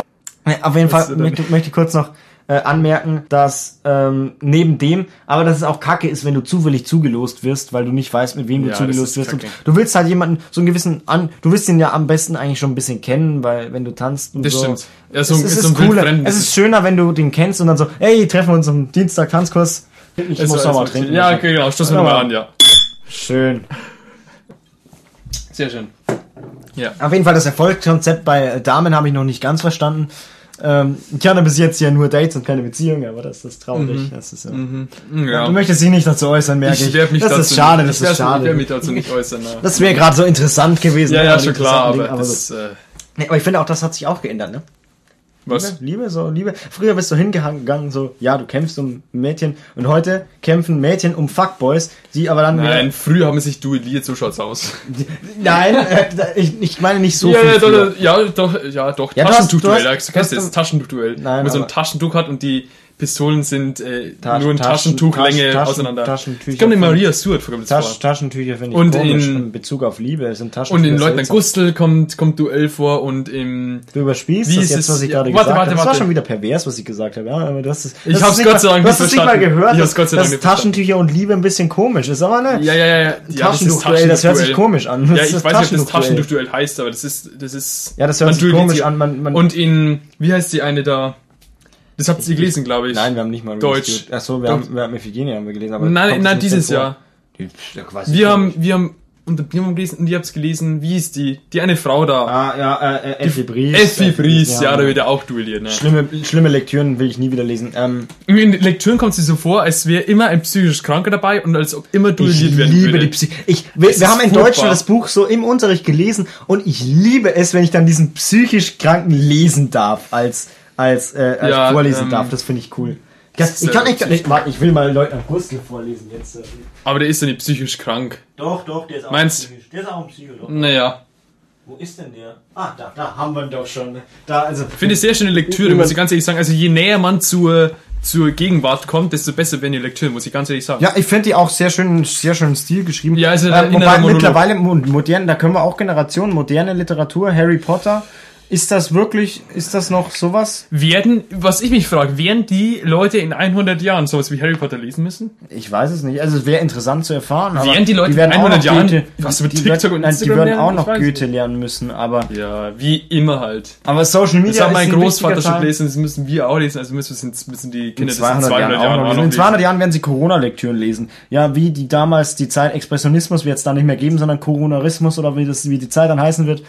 [SPEAKER 1] Auf jeden
[SPEAKER 2] Das
[SPEAKER 1] Fall
[SPEAKER 2] ist dann-
[SPEAKER 1] möchte, möchte ich kurz noch äh, anmerken, dass ähm, neben dem, aber dass es auch kacke ist, wenn du zufällig zugelost wirst, weil du nicht weißt, mit wem du
[SPEAKER 2] Ja,
[SPEAKER 1] zugelost
[SPEAKER 2] das ist
[SPEAKER 1] wirst. Und
[SPEAKER 2] kacke.
[SPEAKER 1] du willst halt jemanden so einen gewissen an, du willst ihn ja am besten eigentlich schon ein bisschen kennen, weil wenn du tanzt und
[SPEAKER 2] Das
[SPEAKER 1] so.
[SPEAKER 2] stimmt. Ja,
[SPEAKER 1] es,
[SPEAKER 2] so ein-
[SPEAKER 1] es
[SPEAKER 2] so
[SPEAKER 1] ist,
[SPEAKER 2] ein wild
[SPEAKER 1] cooler.
[SPEAKER 2] Fremden,
[SPEAKER 1] Es
[SPEAKER 2] das
[SPEAKER 1] ist schöner, wenn du den kennst und dann so, hey, treffen wir uns am Dienstag Tanzkurs. Ich
[SPEAKER 2] Also,
[SPEAKER 1] muss
[SPEAKER 2] also,
[SPEAKER 1] nochmal trinken.
[SPEAKER 2] Ja, okay, genau. Stoßen wir
[SPEAKER 1] Aber-
[SPEAKER 2] mal an, ja.
[SPEAKER 1] Schön.
[SPEAKER 2] Sehr schön.
[SPEAKER 1] Auf jeden Fall das Erfolgskonzept bei Damen habe ich noch nicht ganz verstanden. Ähm, ich hatte bis jetzt ja nur Dates und keine Beziehung, aber das ist traurig.
[SPEAKER 2] Mhm.
[SPEAKER 1] Das ist, ja.
[SPEAKER 2] Hm, Ja.
[SPEAKER 1] Du möchtest dich nicht dazu äußern, merke ich.
[SPEAKER 2] ich werde mich
[SPEAKER 1] das
[SPEAKER 2] dazu
[SPEAKER 1] ist schade,
[SPEAKER 2] nicht,
[SPEAKER 1] das
[SPEAKER 2] ich werd-
[SPEAKER 1] ist
[SPEAKER 2] Ich werde mich
[SPEAKER 1] schade.
[SPEAKER 2] dazu nicht äußern. Na.
[SPEAKER 1] Das wäre gerade so interessant gewesen.
[SPEAKER 2] Ja, ja,
[SPEAKER 1] aber
[SPEAKER 2] schon
[SPEAKER 1] die
[SPEAKER 2] klar,
[SPEAKER 1] interessanten
[SPEAKER 2] aber,
[SPEAKER 1] Dinge, so-
[SPEAKER 2] das, äh,
[SPEAKER 1] Nee, aber ich finde auch, das hat sich auch geändert, ne?
[SPEAKER 2] was?
[SPEAKER 1] Liebe, so Liebe. Früher bist du hingegangen, so, ja, du kämpfst um Mädchen. Und heute kämpfen Mädchen um Fuckboys, die aber dann...
[SPEAKER 2] Nein, früher haben sich duelliert, so schaut's aus.
[SPEAKER 1] Nein, äh, ich, ich meine nicht so
[SPEAKER 2] Ja,
[SPEAKER 1] viel
[SPEAKER 2] ja,
[SPEAKER 1] früher.
[SPEAKER 2] doch, ja, doch, ja, doch.
[SPEAKER 1] Ja, du hast-
[SPEAKER 2] Taschentuchduell,
[SPEAKER 1] du
[SPEAKER 2] du,
[SPEAKER 1] hast-
[SPEAKER 2] du kennst
[SPEAKER 1] du hast-
[SPEAKER 2] das Taschentuchduell.
[SPEAKER 1] Nein,
[SPEAKER 2] wo so ein
[SPEAKER 1] aber-
[SPEAKER 2] Taschentuch hat und die Pistolen sind äh,
[SPEAKER 1] Taschen-
[SPEAKER 2] nur in
[SPEAKER 1] Taschen-
[SPEAKER 2] Taschentuchlänge
[SPEAKER 1] Taschen-
[SPEAKER 2] auseinander.
[SPEAKER 1] Taschentücher
[SPEAKER 2] ich glaube,
[SPEAKER 1] von-
[SPEAKER 2] Maria Stewart kommt jetzt
[SPEAKER 1] Tasch,
[SPEAKER 2] vor.
[SPEAKER 1] Taschentücher finde ich
[SPEAKER 2] Und
[SPEAKER 1] komisch in,
[SPEAKER 2] in-
[SPEAKER 1] Bezug auf Liebe. Es sind Taschentücher.
[SPEAKER 2] Und in Leutnant
[SPEAKER 1] seltsam.
[SPEAKER 2] Gustel kommt, kommt Duell vor und im...
[SPEAKER 1] Du überspielst
[SPEAKER 2] Wie
[SPEAKER 1] das
[SPEAKER 2] ist
[SPEAKER 1] jetzt,
[SPEAKER 2] es-
[SPEAKER 1] was ich
[SPEAKER 2] ja,
[SPEAKER 1] gerade
[SPEAKER 2] warte,
[SPEAKER 1] gesagt
[SPEAKER 2] warte,
[SPEAKER 1] habe. Das war
[SPEAKER 2] warte.
[SPEAKER 1] schon wieder pervers, was ich gesagt habe. Ja, aber das ist,
[SPEAKER 2] Ich
[SPEAKER 1] das
[SPEAKER 2] hab's
[SPEAKER 1] ist nicht
[SPEAKER 2] Gott
[SPEAKER 1] mal-
[SPEAKER 2] sei Dank
[SPEAKER 1] du
[SPEAKER 2] nicht
[SPEAKER 1] hast es nicht mal
[SPEAKER 2] verstanden.
[SPEAKER 1] gehört,
[SPEAKER 2] Ich
[SPEAKER 1] dass,
[SPEAKER 2] hab's Gott sei Dank
[SPEAKER 1] dass
[SPEAKER 2] nicht verstanden.
[SPEAKER 1] Taschentücher und Liebe ein bisschen komisch ist. Aber ne,
[SPEAKER 2] Ja, ja, ja. ja das ist
[SPEAKER 1] Taschentuchduell, das hört sich komisch an.
[SPEAKER 2] Ja,
[SPEAKER 1] Das
[SPEAKER 2] ich
[SPEAKER 1] ist
[SPEAKER 2] weiß nicht, ob das
[SPEAKER 1] Taschentuchduell.
[SPEAKER 2] Taschentuchduell heißt, aber das ist... Das ist
[SPEAKER 1] Ja, das hört
[SPEAKER 2] man
[SPEAKER 1] sich
[SPEAKER 2] duelliert
[SPEAKER 1] komisch
[SPEAKER 2] sie.
[SPEAKER 1] an, man- man-
[SPEAKER 2] und in... Wie heißt die eine da? Das habt ihr gelesen, glaube ich.
[SPEAKER 1] Nein, wir haben nicht mal
[SPEAKER 2] Deutsch.
[SPEAKER 1] Achso, wir
[SPEAKER 2] Doch.
[SPEAKER 1] haben, wir haben Iphigenie haben wir gelesen. Aber
[SPEAKER 2] Nein,
[SPEAKER 1] kommt
[SPEAKER 2] nein,
[SPEAKER 1] das nicht
[SPEAKER 2] dieses
[SPEAKER 1] vor?
[SPEAKER 2] Jahr.
[SPEAKER 1] Die- ja, quasi
[SPEAKER 2] Wir
[SPEAKER 1] komisch.
[SPEAKER 2] haben, wir haben, und wir haben gelesen, und ihr habt's gelesen, wie ist die? Die eine Frau da.
[SPEAKER 1] Ah, ja, äh, äh, Effi Bries.
[SPEAKER 2] Effi Fries, ja, da
[SPEAKER 1] haben-
[SPEAKER 2] wird ja auch duelliert, ne?
[SPEAKER 1] Schlimme, schlimme Lektüren will ich nie wieder lesen. Ähm,
[SPEAKER 2] In den Lektüren kommt sie so vor, als wäre immer ein psychisch Kranker dabei und als ob immer
[SPEAKER 1] Ich
[SPEAKER 2] duelliert werden
[SPEAKER 1] liebe
[SPEAKER 2] würde.
[SPEAKER 1] die Psy ich, wir, wir
[SPEAKER 2] ist
[SPEAKER 1] haben in
[SPEAKER 2] furchtbar.
[SPEAKER 1] Deutschland das Buch so im Unterricht gelesen und ich liebe es, wenn ich dann diesen psychisch Kranken lesen darf, als, als, äh, als
[SPEAKER 2] Ja,
[SPEAKER 1] vorlesen
[SPEAKER 2] ähm,
[SPEAKER 1] darf. Das finde ich cool. Das,
[SPEAKER 2] ist,
[SPEAKER 1] ich kann
[SPEAKER 2] äh,
[SPEAKER 1] echt, ich, warte, ich will mal Leutnant Gustl vorlesen jetzt. äh,
[SPEAKER 2] Aber der ist ja nicht psychisch krank.
[SPEAKER 3] Doch, doch, der ist auch
[SPEAKER 2] Meinst-
[SPEAKER 3] ein Psycho. Der ist auch ein Psycho, doch.
[SPEAKER 2] Naja.
[SPEAKER 1] Wo ist denn der? Ah, da, da haben wir ihn doch schon. Da, also.
[SPEAKER 2] Finde ich sehr schöne Lektüre, muss ich ganz ehrlich sagen. Also je näher man zur, zur Gegenwart kommt, desto besser werden die Lektüre, muss ich ganz ehrlich sagen.
[SPEAKER 1] Ja, ich finde die auch sehr schön, sehr schönen Stil geschrieben.
[SPEAKER 2] Ja, also der
[SPEAKER 1] äh,
[SPEAKER 2] innere
[SPEAKER 1] wobei
[SPEAKER 2] Monolog.
[SPEAKER 1] mittlerweile mo- modern, da können wir auch Generationen, moderne Literatur, Harry Potter. Ist das wirklich, ist das noch sowas?
[SPEAKER 2] Werden, was ich mich frage, werden die Leute in 100 Jahren sowas wie Harry Potter lesen müssen?
[SPEAKER 1] Ich weiß es nicht. Also es wäre interessant zu erfahren. Aber
[SPEAKER 2] Während die Leute
[SPEAKER 1] werden
[SPEAKER 2] in
[SPEAKER 1] auch
[SPEAKER 2] 100
[SPEAKER 1] noch
[SPEAKER 2] Jahren-
[SPEAKER 1] Goethe,
[SPEAKER 2] Was mit
[SPEAKER 1] die
[SPEAKER 2] TikTok
[SPEAKER 1] werden,
[SPEAKER 2] und
[SPEAKER 1] nein,
[SPEAKER 2] Instagram
[SPEAKER 1] Die würden auch
[SPEAKER 2] lernen? Ich
[SPEAKER 1] noch
[SPEAKER 2] weiß
[SPEAKER 1] Goethe lernen müssen, aber,
[SPEAKER 2] Ja, wie immer halt.
[SPEAKER 1] aber Social Media
[SPEAKER 2] Das hat mein
[SPEAKER 1] ein
[SPEAKER 2] Großvater
[SPEAKER 1] wichtiger
[SPEAKER 2] schon
[SPEAKER 1] Teil.
[SPEAKER 2] gelesen, das müssen wir auch lesen, also müssen, wir- müssen die Kinder
[SPEAKER 1] In 200,
[SPEAKER 2] das in
[SPEAKER 1] Jahren, auch noch lesen. In 200 Jahren werden sie Corona-Lektüren lesen. Ja, wie die damals die Zeit Expressionismus wird es da nicht mehr geben, sondern Coronarismus oder wie, das, wie die Zeit dann heißen wird.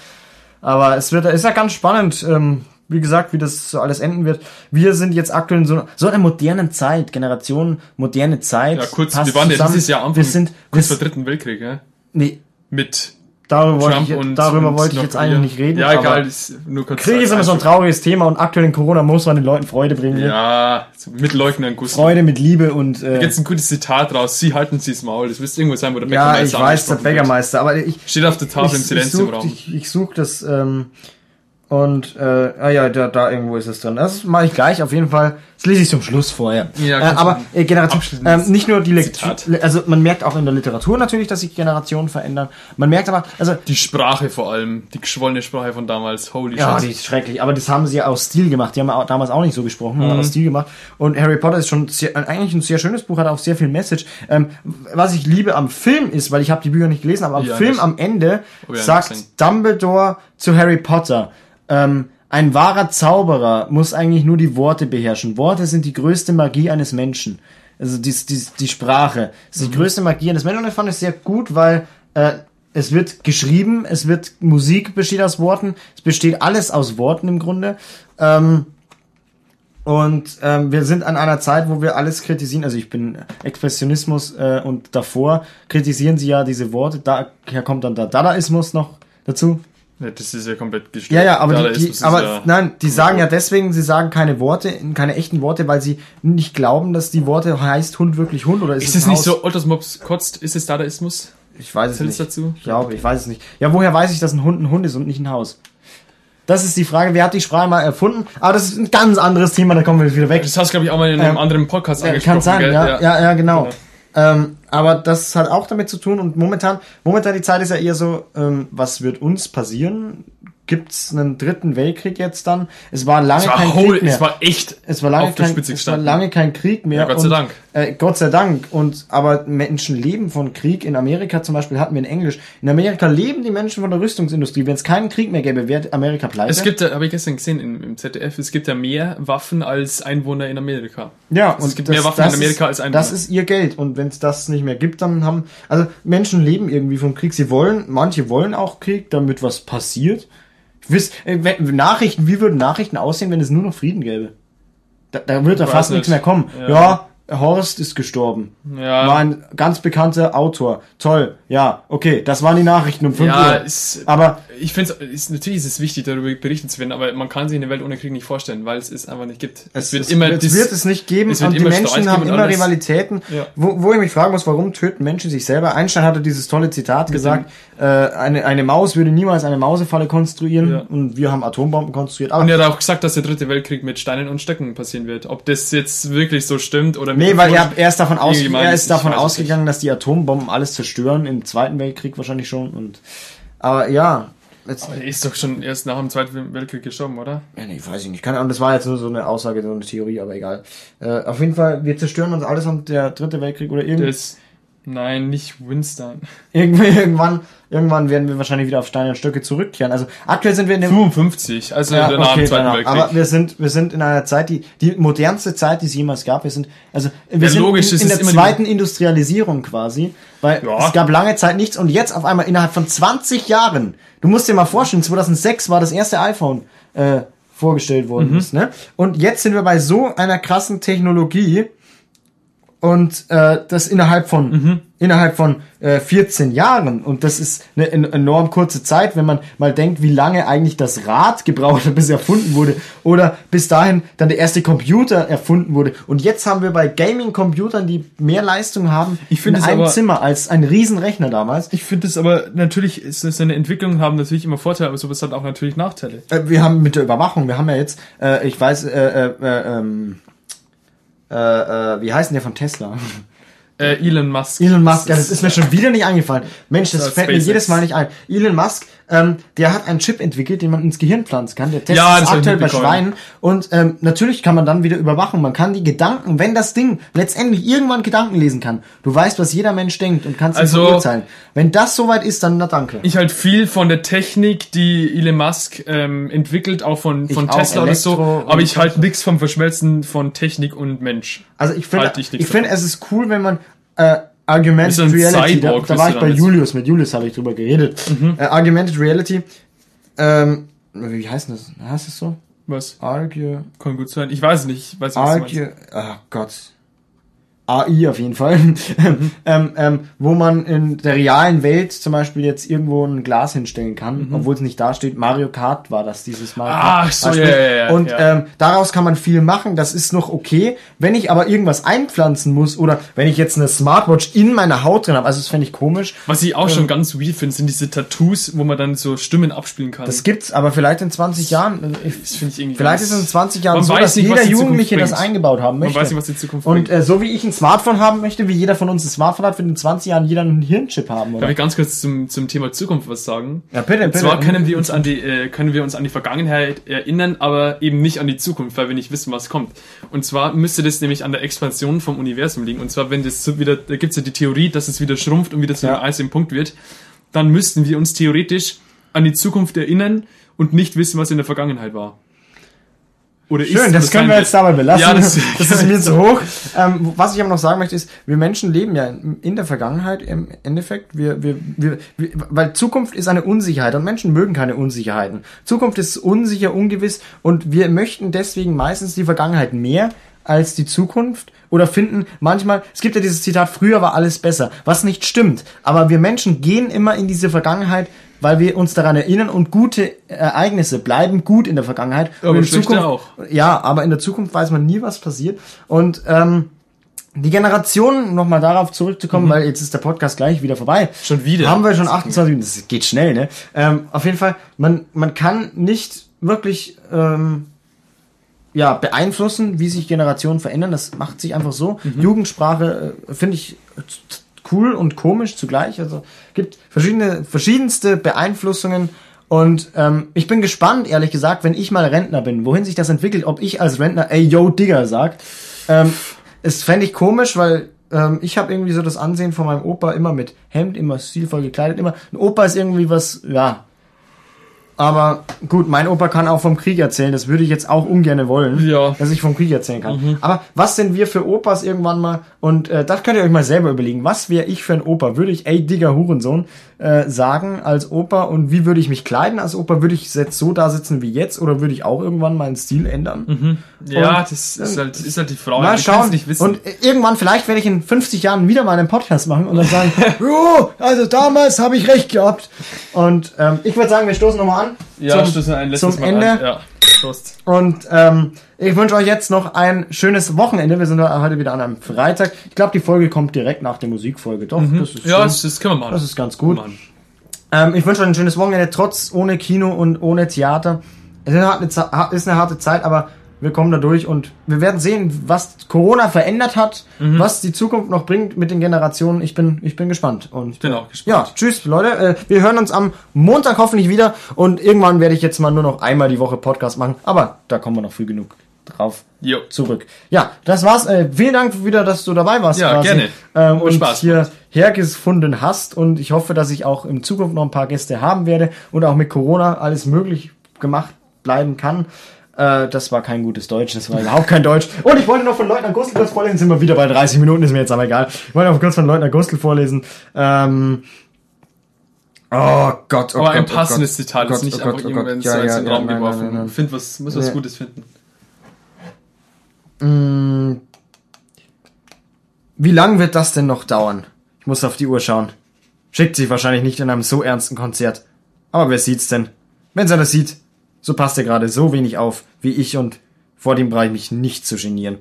[SPEAKER 1] Aber es wird, ist ja ganz spannend, ähm, wie gesagt, wie das so alles enden wird. Wir sind jetzt aktuell in so, einer- so einer modernen Zeit, Generation moderne Zeit.
[SPEAKER 2] Ja, kurz,
[SPEAKER 1] passt
[SPEAKER 2] wir waren ja
[SPEAKER 1] zusammen.
[SPEAKER 2] dieses Jahr Anfang,
[SPEAKER 1] Wir sind,
[SPEAKER 2] kurz
[SPEAKER 1] wir,
[SPEAKER 2] vor Dritten Weltkrieg, ja?
[SPEAKER 1] nee,
[SPEAKER 2] Mit
[SPEAKER 1] darüber wollte
[SPEAKER 2] Trump
[SPEAKER 1] ich,
[SPEAKER 2] und.
[SPEAKER 1] darüber
[SPEAKER 2] und
[SPEAKER 1] wollte ich jetzt
[SPEAKER 2] Nordkorea.
[SPEAKER 1] eigentlich nicht reden.
[SPEAKER 2] Ja,
[SPEAKER 1] aber
[SPEAKER 2] egal, ist nur kurz.
[SPEAKER 1] Krieg
[SPEAKER 2] als
[SPEAKER 1] ist immer so ein
[SPEAKER 2] Einschub.
[SPEAKER 1] trauriges Thema und aktuell in Corona muss man den Leuten Freude bringen. ne?
[SPEAKER 2] Ja, so mit Leugnern, Gustav.
[SPEAKER 1] Freude mit Liebe und, äh,
[SPEAKER 2] Jetzt ein gutes Zitat raus. Sie halten sie's Maul. Das müsste irgendwo sein, wo der
[SPEAKER 1] ja, ich weiß, der
[SPEAKER 2] angesprochen wird.
[SPEAKER 1] Bäckermeister, aber ich,
[SPEAKER 2] Steht auf der Tafel im
[SPEAKER 1] ich, ich
[SPEAKER 2] Silenz im
[SPEAKER 1] suche
[SPEAKER 2] Raum.
[SPEAKER 1] ich, ich such das ähm, und äh, ah ja, da, da irgendwo ist es drin. Das mache ich gleich auf jeden Fall. Das lese ich zum Schluss vorher.
[SPEAKER 2] Ja,
[SPEAKER 1] äh,
[SPEAKER 2] kannst
[SPEAKER 1] aber
[SPEAKER 2] du-
[SPEAKER 1] äh, Generation,
[SPEAKER 2] Abschließendes
[SPEAKER 1] ähm, nicht nur die Lektüre,
[SPEAKER 2] Zitat.
[SPEAKER 1] also man merkt auch in der Literatur natürlich, dass sich Generationen verändern. Man merkt aber, also
[SPEAKER 2] Die Sprache vor allem. Die geschwollene Sprache von damals. Holy
[SPEAKER 1] ja,
[SPEAKER 2] shit.
[SPEAKER 1] die ist schrecklich. Aber das haben sie ja aus Stil gemacht. Die haben ja auch damals auch nicht so gesprochen, sondern aus Stil gemacht. Und Harry Potter ist schon sehr, äh, eigentlich ein sehr schönes Buch, hat auch sehr viel Message. Ähm, was ich liebe am Film ist, weil ich habe die Bücher nicht gelesen, aber am
[SPEAKER 2] Ja,
[SPEAKER 1] Film
[SPEAKER 2] nicht.
[SPEAKER 1] am Ende
[SPEAKER 2] Oh ja,
[SPEAKER 1] sagt
[SPEAKER 2] nicht
[SPEAKER 1] Dumbledore zu Harry Potter. Ähm, ein wahrer Zauberer muss eigentlich nur die Worte beherrschen. Worte sind die größte Magie eines Menschen. Also die, die, die Sprache ist die größte Magie eines Menschen. Und das fand ich sehr gut, weil äh, es wird geschrieben, es wird Musik besteht aus Worten, es besteht alles aus Worten im Grunde. Ähm, und ähm, wir sind an einer Zeit, wo wir alles kritisieren. Also ich bin Expressionismus äh, und davor kritisieren sie ja diese Worte. Daher kommt dann der Dadaismus noch dazu.
[SPEAKER 2] Ja, das ist ja komplett gestört.
[SPEAKER 1] Ja, ja, aber, die,
[SPEAKER 2] Dadaismus
[SPEAKER 1] die,
[SPEAKER 2] ist
[SPEAKER 1] aber
[SPEAKER 2] ja-
[SPEAKER 1] nein, die sagen ja deswegen, sie sagen keine Worte, keine echten Worte, weil sie nicht glauben, dass die Worte heißt Hund wirklich Hund oder ist,
[SPEAKER 2] Ist es nicht
[SPEAKER 1] Haus?
[SPEAKER 2] so, Ottos Mops kotzt? Ist es Dadaismus?
[SPEAKER 1] Ich weiß es
[SPEAKER 2] Zählt's
[SPEAKER 1] nicht.
[SPEAKER 2] dazu?
[SPEAKER 1] Ich glaube, ich weiß es nicht. Ja, woher weiß ich, dass ein Hund ein Hund ist und nicht ein Haus? Das ist die Frage, wer hat die Sprache mal erfunden? Aber das ist ein ganz anderes Thema, da kommen wir wieder weg.
[SPEAKER 2] Das hast du, glaube ich, auch mal in einem
[SPEAKER 1] Ähm,
[SPEAKER 2] anderen Podcast
[SPEAKER 1] Ja,
[SPEAKER 2] angesprochen.
[SPEAKER 1] kann sein,
[SPEAKER 2] gell?
[SPEAKER 1] ja, ja, ja, genau. Ähm, aber das hat auch damit zu tun und momentan, momentan die Zeit ist ja eher so, ähm, was wird uns passieren? Gibt's einen dritten Weltkrieg jetzt dann? Es war lange
[SPEAKER 2] Es war,
[SPEAKER 1] kein
[SPEAKER 2] whole,
[SPEAKER 1] Krieg mehr.
[SPEAKER 2] es war echt
[SPEAKER 1] Es war lange,
[SPEAKER 2] auf der
[SPEAKER 1] kein,
[SPEAKER 2] Spitze
[SPEAKER 1] es war
[SPEAKER 2] gestanden.
[SPEAKER 1] lange kein Krieg mehr.
[SPEAKER 2] Ja, Gott sei
[SPEAKER 1] und,
[SPEAKER 2] Dank.
[SPEAKER 1] Äh, Gott sei Dank. Und aber Menschen leben von Krieg. In Amerika zum Beispiel hatten wir in Englisch. In Amerika leben die Menschen von der Rüstungsindustrie. Wenn es keinen Krieg mehr gäbe, wäre Amerika pleite.
[SPEAKER 2] Es gibt, habe ich gestern gesehen im, im ZDF, es gibt ja mehr Waffen als Einwohner in Amerika.
[SPEAKER 1] ja,
[SPEAKER 2] es gibt mehr Waffen in Amerika
[SPEAKER 1] ist,
[SPEAKER 2] als Einwohner.
[SPEAKER 1] Das ist ihr Geld. Und wenn es das nicht mehr gibt, dann haben also Menschen leben irgendwie vom Krieg. Sie wollen, manche wollen auch Krieg, damit was passiert. Wisst, äh, wenn, Nachrichten, wie würden Nachrichten aussehen, wenn es nur noch Frieden gäbe? Da, da wird da
[SPEAKER 2] weiß
[SPEAKER 1] fast nichts
[SPEAKER 2] nicht.
[SPEAKER 1] mehr kommen.
[SPEAKER 2] Ja.
[SPEAKER 1] ja, Horst ist gestorben.
[SPEAKER 2] ja,
[SPEAKER 1] war ein ganz bekannter Autor. Toll, ja, okay, das waren die Nachrichten um 5
[SPEAKER 2] ja,
[SPEAKER 1] Uhr.
[SPEAKER 2] ist,
[SPEAKER 1] Aber
[SPEAKER 2] ich finde ist, natürlich ist es wichtig, darüber berichten zu werden, aber man kann sich eine Welt ohne Krieg nicht vorstellen, weil es es einfach nicht gibt. Es, wird immer
[SPEAKER 1] es
[SPEAKER 2] dis-
[SPEAKER 1] wird es nicht geben
[SPEAKER 2] es wird
[SPEAKER 1] und die
[SPEAKER 2] immer
[SPEAKER 1] Menschen
[SPEAKER 2] Streit
[SPEAKER 1] haben
[SPEAKER 2] geben und
[SPEAKER 1] immer
[SPEAKER 2] alles.
[SPEAKER 1] Rivalitäten.
[SPEAKER 2] Ja.
[SPEAKER 1] Wo, wo ich mich fragen muss, warum töten Menschen sich selber? Einstein hatte dieses tolle Zitat gesagt, äh, eine, eine Maus würde niemals eine Mausefalle konstruieren
[SPEAKER 2] Ja.
[SPEAKER 1] und wir haben Atombomben konstruiert. Aber
[SPEAKER 2] und er hat auch gesagt, dass der dritte Weltkrieg mit Steinen und Stöcken passieren wird. Ob das jetzt wirklich so stimmt oder
[SPEAKER 1] Nee, weil er, er ist davon, aus,
[SPEAKER 2] Irgendwie meint
[SPEAKER 1] er ist
[SPEAKER 2] es,
[SPEAKER 1] davon
[SPEAKER 2] also ich weiß es
[SPEAKER 1] ausgegangen, dass die Atombomben alles zerstören, im Zweiten Weltkrieg wahrscheinlich schon. Und aber ja, jetzt,
[SPEAKER 2] Er ist doch schon erst nach dem Zweiten Weltkrieg gestorben, oder?
[SPEAKER 1] Ja, nee, weiß ich nicht. Keine Ahnung, das war jetzt nur so eine Aussage, so eine Theorie, aber egal. Äh, auf jeden Fall, wir zerstören uns alles und der dritte Weltkrieg oder irgend,
[SPEAKER 2] Das, nein, nicht Winston.
[SPEAKER 1] irgendwie, irgendwann, irgendwann werden wir wahrscheinlich wieder auf Steine und Stöcke zurückkehren. Also aktuell sind wir in dem.
[SPEAKER 2] 55, also
[SPEAKER 1] Ja,
[SPEAKER 2] danach
[SPEAKER 1] okay,
[SPEAKER 2] im Zweiten
[SPEAKER 1] danach.
[SPEAKER 2] Weltkrieg.
[SPEAKER 1] aber wir sind, wir sind in einer Zeit, die, die modernste Zeit, die es jemals gab. Wir sind, also, wir
[SPEAKER 2] Ja,
[SPEAKER 1] sind
[SPEAKER 2] logisch,
[SPEAKER 1] in,
[SPEAKER 2] es
[SPEAKER 1] in
[SPEAKER 2] ist
[SPEAKER 1] der
[SPEAKER 2] immer die-
[SPEAKER 1] zweiten Industrialisierung quasi, weil
[SPEAKER 2] Ja.
[SPEAKER 1] es gab lange Zeit nichts und jetzt auf einmal innerhalb von 20 Jahren, du musst dir mal vorstellen, 2006 war das erste iPhone, äh,
[SPEAKER 2] Mhm.
[SPEAKER 1] vorgestellt worden ist, ne? Und jetzt sind wir bei so einer krassen Technologie, und äh, das innerhalb von
[SPEAKER 2] Mhm.
[SPEAKER 1] innerhalb von äh, 14 Jahren und das ist eine en enorm kurze Zeit, wenn man mal denkt, wie lange eigentlich das Rad gebraucht hat, bis es erfunden wurde oder bis dahin dann der erste Computer erfunden wurde und jetzt haben wir bei Gaming Computern, die mehr Leistung haben,
[SPEAKER 2] Ich finde
[SPEAKER 1] in
[SPEAKER 2] es
[SPEAKER 1] einem
[SPEAKER 2] aber-
[SPEAKER 1] Zimmer als ein Riesenrechner damals.
[SPEAKER 2] Ich finde es aber natürlich, ist das eine Entwicklung haben natürlich immer Vorteile, aber sowas hat auch natürlich Nachteile.
[SPEAKER 1] Äh, wir haben mit der Überwachung, wir haben ja jetzt, äh, ich weiß, äh, äh, äh, ähm, äh, äh, wie heißt denn der von Tesla?
[SPEAKER 2] Äh, Elon Musk.
[SPEAKER 1] Elon Musk, ja, das ist mir schon wieder nicht eingefallen. Mensch, das
[SPEAKER 2] Das
[SPEAKER 1] fällt mir
[SPEAKER 2] SpaceX.
[SPEAKER 1] jedes Mal nicht ein. Elon Musk, ähm, der hat einen Chip entwickelt, den man ins Gehirn pflanzen kann. Der testet
[SPEAKER 2] Ja,
[SPEAKER 1] es
[SPEAKER 2] das hab ich
[SPEAKER 1] aktuell bei
[SPEAKER 2] mitbekommen.
[SPEAKER 1] Schweinen. Und ähm, natürlich kann man dann wieder überwachen. Man kann die Gedanken, wenn das Ding letztendlich irgendwann Gedanken lesen kann, du weißt, was jeder Mensch denkt und kannst
[SPEAKER 2] Also-
[SPEAKER 1] ihn beurteilen. Wenn das soweit ist, dann na danke.
[SPEAKER 2] ich halt viel von der Technik, die Elon Musk ähm, entwickelt, auch von, von
[SPEAKER 1] auch,
[SPEAKER 2] Tesla oder so,
[SPEAKER 1] Elektro-
[SPEAKER 2] aber ich halt nix vom Verschmelzen von Technik und Mensch.
[SPEAKER 1] Also ich finde,
[SPEAKER 2] Halte ich
[SPEAKER 1] ich
[SPEAKER 2] nichts
[SPEAKER 1] finde, es ist cool, wenn man äh, Augmented
[SPEAKER 2] Ist ein
[SPEAKER 1] Reality, da,
[SPEAKER 2] Cyborg, Mhm.
[SPEAKER 1] da
[SPEAKER 2] bist
[SPEAKER 1] war
[SPEAKER 2] du
[SPEAKER 1] ich bei
[SPEAKER 2] damit.
[SPEAKER 1] Julius, mit Julius habe ich drüber geredet. Äh, Augmented Reality, ähm, wie heißt denn das? Heißt das so?
[SPEAKER 2] Was?
[SPEAKER 1] Argue,
[SPEAKER 2] Kann gut sein. Ich weiß nicht. Ich weiß nicht, was du meinst.
[SPEAKER 1] Argue, ach Gott. AI auf jeden Fall, ähm, ähm, wo man in der realen Welt zum Beispiel jetzt irgendwo ein Glas hinstellen kann, obwohl es nicht da steht. Mario Kart war das, dieses Mario Kart.
[SPEAKER 2] Mhm. Ach so,
[SPEAKER 1] Beispiel.
[SPEAKER 2] ja, ja, ja,
[SPEAKER 1] Und
[SPEAKER 2] ja.
[SPEAKER 1] ähm, daraus kann man viel machen, das ist noch okay. Wenn ich aber irgendwas einpflanzen muss oder wenn ich jetzt eine Smartwatch in meiner Haut drin habe, also das fände ich komisch.
[SPEAKER 2] Was ich auch
[SPEAKER 1] Ähm.
[SPEAKER 2] schon ganz weird finde, sind diese Tattoos, wo man dann so Stimmen abspielen kann.
[SPEAKER 1] Das gibt's, aber vielleicht in 20 Jahren. äh, Ich,
[SPEAKER 2] Das finde ich irgendwie
[SPEAKER 1] Vielleicht
[SPEAKER 2] ganz-
[SPEAKER 1] ist es in 20 Jahren
[SPEAKER 2] Man
[SPEAKER 1] so,
[SPEAKER 2] weiß
[SPEAKER 1] dass
[SPEAKER 2] nicht, was
[SPEAKER 1] jeder
[SPEAKER 2] die Zukunft
[SPEAKER 1] Jugendliche das
[SPEAKER 2] bringt.
[SPEAKER 1] eingebaut haben möchte.
[SPEAKER 2] weiß nicht, was die Zukunft
[SPEAKER 1] Und
[SPEAKER 2] bringt.
[SPEAKER 1] äh, so wie ich ein Smartphone haben möchte, wie jeder von uns ein Smartphone hat, wird in 20 Jahren jeder einen Hirnchip haben,
[SPEAKER 2] Darf
[SPEAKER 1] oder?
[SPEAKER 2] ich ganz kurz zum, zum Thema Zukunft was sagen?
[SPEAKER 1] Ja, bitte,
[SPEAKER 2] Und
[SPEAKER 1] bitte.
[SPEAKER 2] zwar können wir uns an die, äh, können wir uns an die Vergangenheit erinnern, aber eben nicht an die Zukunft, weil wir nicht wissen, was kommt. Und zwar müsste das nämlich an der Expansion vom Universum liegen. Und zwar, wenn das so wieder, da gibt's ja die Theorie, dass es wieder schrumpft und wieder zu
[SPEAKER 1] Ja.
[SPEAKER 2] einem einzelnen Punkt wird, dann müssten wir uns theoretisch an die Zukunft erinnern und nicht wissen, was in der Vergangenheit war. Oder ist,
[SPEAKER 1] Schön, das können wir jetzt dabei belassen.
[SPEAKER 2] Ja, das,
[SPEAKER 1] das ist mir zu hoch. Ähm, was ich aber noch sagen möchte, ist, wir Menschen leben ja in, in der Vergangenheit im Endeffekt. Wir, wir, wir, wir, weil Zukunft ist eine Unsicherheit und Menschen mögen keine Unsicherheiten. Zukunft ist unsicher, ungewiss und wir möchten deswegen meistens die Vergangenheit mehr als die Zukunft oder finden manchmal, es gibt ja dieses Zitat, früher war alles besser, was nicht stimmt. Aber wir Menschen gehen immer in diese Vergangenheit, weil wir uns daran erinnern und gute Ereignisse bleiben gut in der Vergangenheit.
[SPEAKER 2] Aber
[SPEAKER 1] in
[SPEAKER 2] schlechte auch.
[SPEAKER 1] ja, aber in der Zukunft weiß man nie, was passiert. Und ähm, die Generationen, nochmal darauf zurückzukommen, weil jetzt ist der Podcast gleich wieder vorbei.
[SPEAKER 2] Schon wieder?
[SPEAKER 1] Haben wir schon 28 Minuten, das geht schnell, ne? Ähm, auf jeden Fall, man, man kann nicht wirklich ähm, ja, beeinflussen, wie sich Generationen verändern. Das macht sich einfach so. Jugendsprache äh, finde ich äh, t- t- cool und komisch zugleich. Also gibt verschiedene, verschiedenste Beeinflussungen. Und ähm, ich bin gespannt, ehrlich gesagt, wenn ich mal Rentner bin, wohin sich das entwickelt, ob ich als Rentner, ey, yo, Digger, sag. Ähm, es fände ich komisch, weil ähm, ich habe irgendwie so das Ansehen von meinem Opa immer mit Hemd, immer stilvoll gekleidet, immer. Ein Opa ist irgendwie was, ja. Aber gut, mein Opa kann auch vom Krieg erzählen, das würde ich jetzt auch ungern wollen,
[SPEAKER 2] Ja.
[SPEAKER 1] dass ich vom Krieg erzählen kann. Aber was sind wir für Opas irgendwann mal? Und äh, das könnt ihr euch mal selber überlegen. Was wäre ich für ein Opa? Würde ich, ey, Digger Hurensohn, äh, sagen als Opa? Und wie würde ich mich kleiden als Opa? Würde ich jetzt so da sitzen wie jetzt oder würde ich auch irgendwann meinen Stil ändern?
[SPEAKER 2] ja,
[SPEAKER 1] Und-
[SPEAKER 2] das ist halt, ist halt die Frau.
[SPEAKER 1] Mal
[SPEAKER 2] wir
[SPEAKER 1] schauen.
[SPEAKER 2] kann's nicht wissen.
[SPEAKER 1] Und äh, irgendwann, vielleicht werde ich in 50 Jahren wieder mal einen Podcast machen und dann sagen, jo, also damals habe ich recht gehabt. Und ähm, ich würde sagen, wir stoßen nochmal an.
[SPEAKER 2] ja,
[SPEAKER 1] zum,
[SPEAKER 2] stoßen wir ein letztes
[SPEAKER 1] zum
[SPEAKER 2] Mal
[SPEAKER 1] Ende.
[SPEAKER 2] an. Ja, Prost.
[SPEAKER 1] Und ähm, ich wünsche euch jetzt noch ein schönes Wochenende. Wir sind heute wieder an einem Freitag. Ich glaube, die Folge kommt direkt nach der Musikfolge. Doch, das ist
[SPEAKER 2] Mhm. Ja,
[SPEAKER 1] schön.
[SPEAKER 2] das, das können wir machen.
[SPEAKER 1] das ist ganz gut.
[SPEAKER 2] Mann.
[SPEAKER 1] Ähm, ich wünsche euch ein schönes Wochenende, trotz ohne Kino und ohne Theater. Es ist eine, harte, Ze- ha- ist eine harte Zeit, aber wir kommen da durch und wir werden sehen, was Corona verändert hat, was die Zukunft noch bringt mit den Generationen. Ich bin, ich bin gespannt. Und
[SPEAKER 2] bin auch gespannt.
[SPEAKER 1] ja, tschüss, Leute. Äh, wir hören uns am Montag hoffentlich wieder und irgendwann werde ich jetzt mal nur noch einmal die Woche Podcast machen, aber da kommen wir noch früh genug drauf
[SPEAKER 2] Jo.
[SPEAKER 1] zurück. Ja, das war's. Äh, vielen Dank wieder, dass du dabei warst.
[SPEAKER 2] Ja, gerne.
[SPEAKER 1] Ähm, und
[SPEAKER 2] Spaß
[SPEAKER 1] hier hergefunden hast und ich hoffe, dass ich auch in Zukunft noch ein paar Gäste haben werde und auch mit Corona alles möglich gemacht bleiben kann. Äh, das war kein gutes Deutsch, das war überhaupt kein Deutsch. Und ich wollte noch von Leutnant Gustl kurz vorlesen, sind wir wieder bei 30 Minuten, ist mir jetzt aber egal. Ich wollte noch kurz von Leutnant Gustl vorlesen. Ähm, oh Gott, oh
[SPEAKER 2] Aber
[SPEAKER 1] Gott,
[SPEAKER 2] ein
[SPEAKER 1] oh
[SPEAKER 2] passendes
[SPEAKER 1] Gott,
[SPEAKER 2] Zitat
[SPEAKER 1] oh
[SPEAKER 2] ist
[SPEAKER 1] Gott,
[SPEAKER 2] nicht
[SPEAKER 1] oh
[SPEAKER 2] einfach
[SPEAKER 1] Gott, oh
[SPEAKER 2] irgendwann
[SPEAKER 1] Gott.
[SPEAKER 2] so
[SPEAKER 1] Ja, ja,
[SPEAKER 2] ins in den
[SPEAKER 1] ja,
[SPEAKER 2] Raum
[SPEAKER 1] nein,
[SPEAKER 2] geworfen.
[SPEAKER 1] nein, nein, nein.
[SPEAKER 2] Find was, muss was
[SPEAKER 1] Ja.
[SPEAKER 2] Gutes finden.
[SPEAKER 1] Wie lang wird das denn noch dauern? Ich muss auf die Uhr schauen. Schickt sich wahrscheinlich nicht in einem so ernsten Konzert. Aber wer sieht's denn? Wenn's einer sieht, so passt er gerade so wenig auf wie ich und vor dem brauche ich mich nicht zu genieren.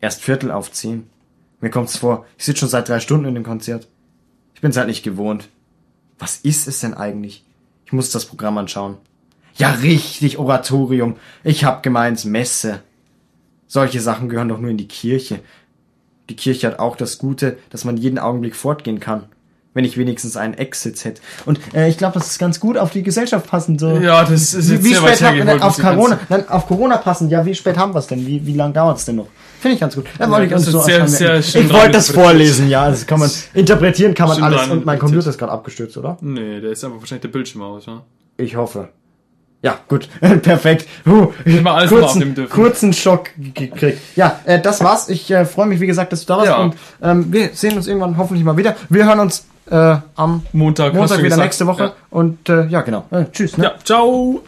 [SPEAKER 1] Erst Viertel auf zehn. Mir kommt's vor, ich sitze schon seit drei Stunden in dem Konzert. Ich bin's halt nicht gewohnt. Was ist es denn eigentlich? Ich muss das Programm anschauen. Ja, richtig, Oratorium. Ich hab gemeint, Messe. Solche Sachen gehören doch nur in die Kirche. Die Kirche hat auch das Gute, dass man jeden Augenblick fortgehen kann. Wenn ich wenigstens einen Exit hätte. Und äh, ich glaube, das ist ganz gut auf die Gesellschaft passend. So.
[SPEAKER 2] Ja, das ist jetzt
[SPEAKER 1] wie, wie
[SPEAKER 2] sehr weit
[SPEAKER 1] spät haben, nein,
[SPEAKER 2] hergeholt,
[SPEAKER 1] auf
[SPEAKER 2] muss ich ganz-
[SPEAKER 1] Corona, nein, auf Corona passend. Ja, wie spät haben wir es denn? Wie, wie lang dauert es denn noch? Finde ich ganz gut. Dann wollte ich
[SPEAKER 2] das
[SPEAKER 1] uns
[SPEAKER 2] ist
[SPEAKER 1] so
[SPEAKER 2] sehr-
[SPEAKER 1] anfangen.
[SPEAKER 2] sehr schön
[SPEAKER 1] ich wollte das
[SPEAKER 2] rein-
[SPEAKER 1] vorlesen, ja. Das kann man interpretieren, kann man
[SPEAKER 2] Schön
[SPEAKER 1] alles.
[SPEAKER 2] rein-
[SPEAKER 1] Und mein Computer ist gerade abgestürzt, oder?
[SPEAKER 2] Nee, da ist einfach wahrscheinlich der Bildschirm aus, ne?
[SPEAKER 1] Ich hoffe. Ja, gut. Perfekt. Huh. Ich
[SPEAKER 2] mal alles
[SPEAKER 1] kurzen,
[SPEAKER 2] aufnehmen dürfen.
[SPEAKER 1] kurzen Schock gekriegt. Ja, äh, das war's. Ich äh, freue mich, wie gesagt, dass du da warst.
[SPEAKER 2] Ja.
[SPEAKER 1] Und ähm, wir sehen uns irgendwann hoffentlich mal wieder. Wir hören uns äh, am
[SPEAKER 2] Montag, hast du
[SPEAKER 1] Montag wieder
[SPEAKER 2] gesagt.
[SPEAKER 1] nächste Woche.
[SPEAKER 2] Ja.
[SPEAKER 1] Und äh, ja, genau. Äh, tschüss. Ne?
[SPEAKER 2] Ja, ciao.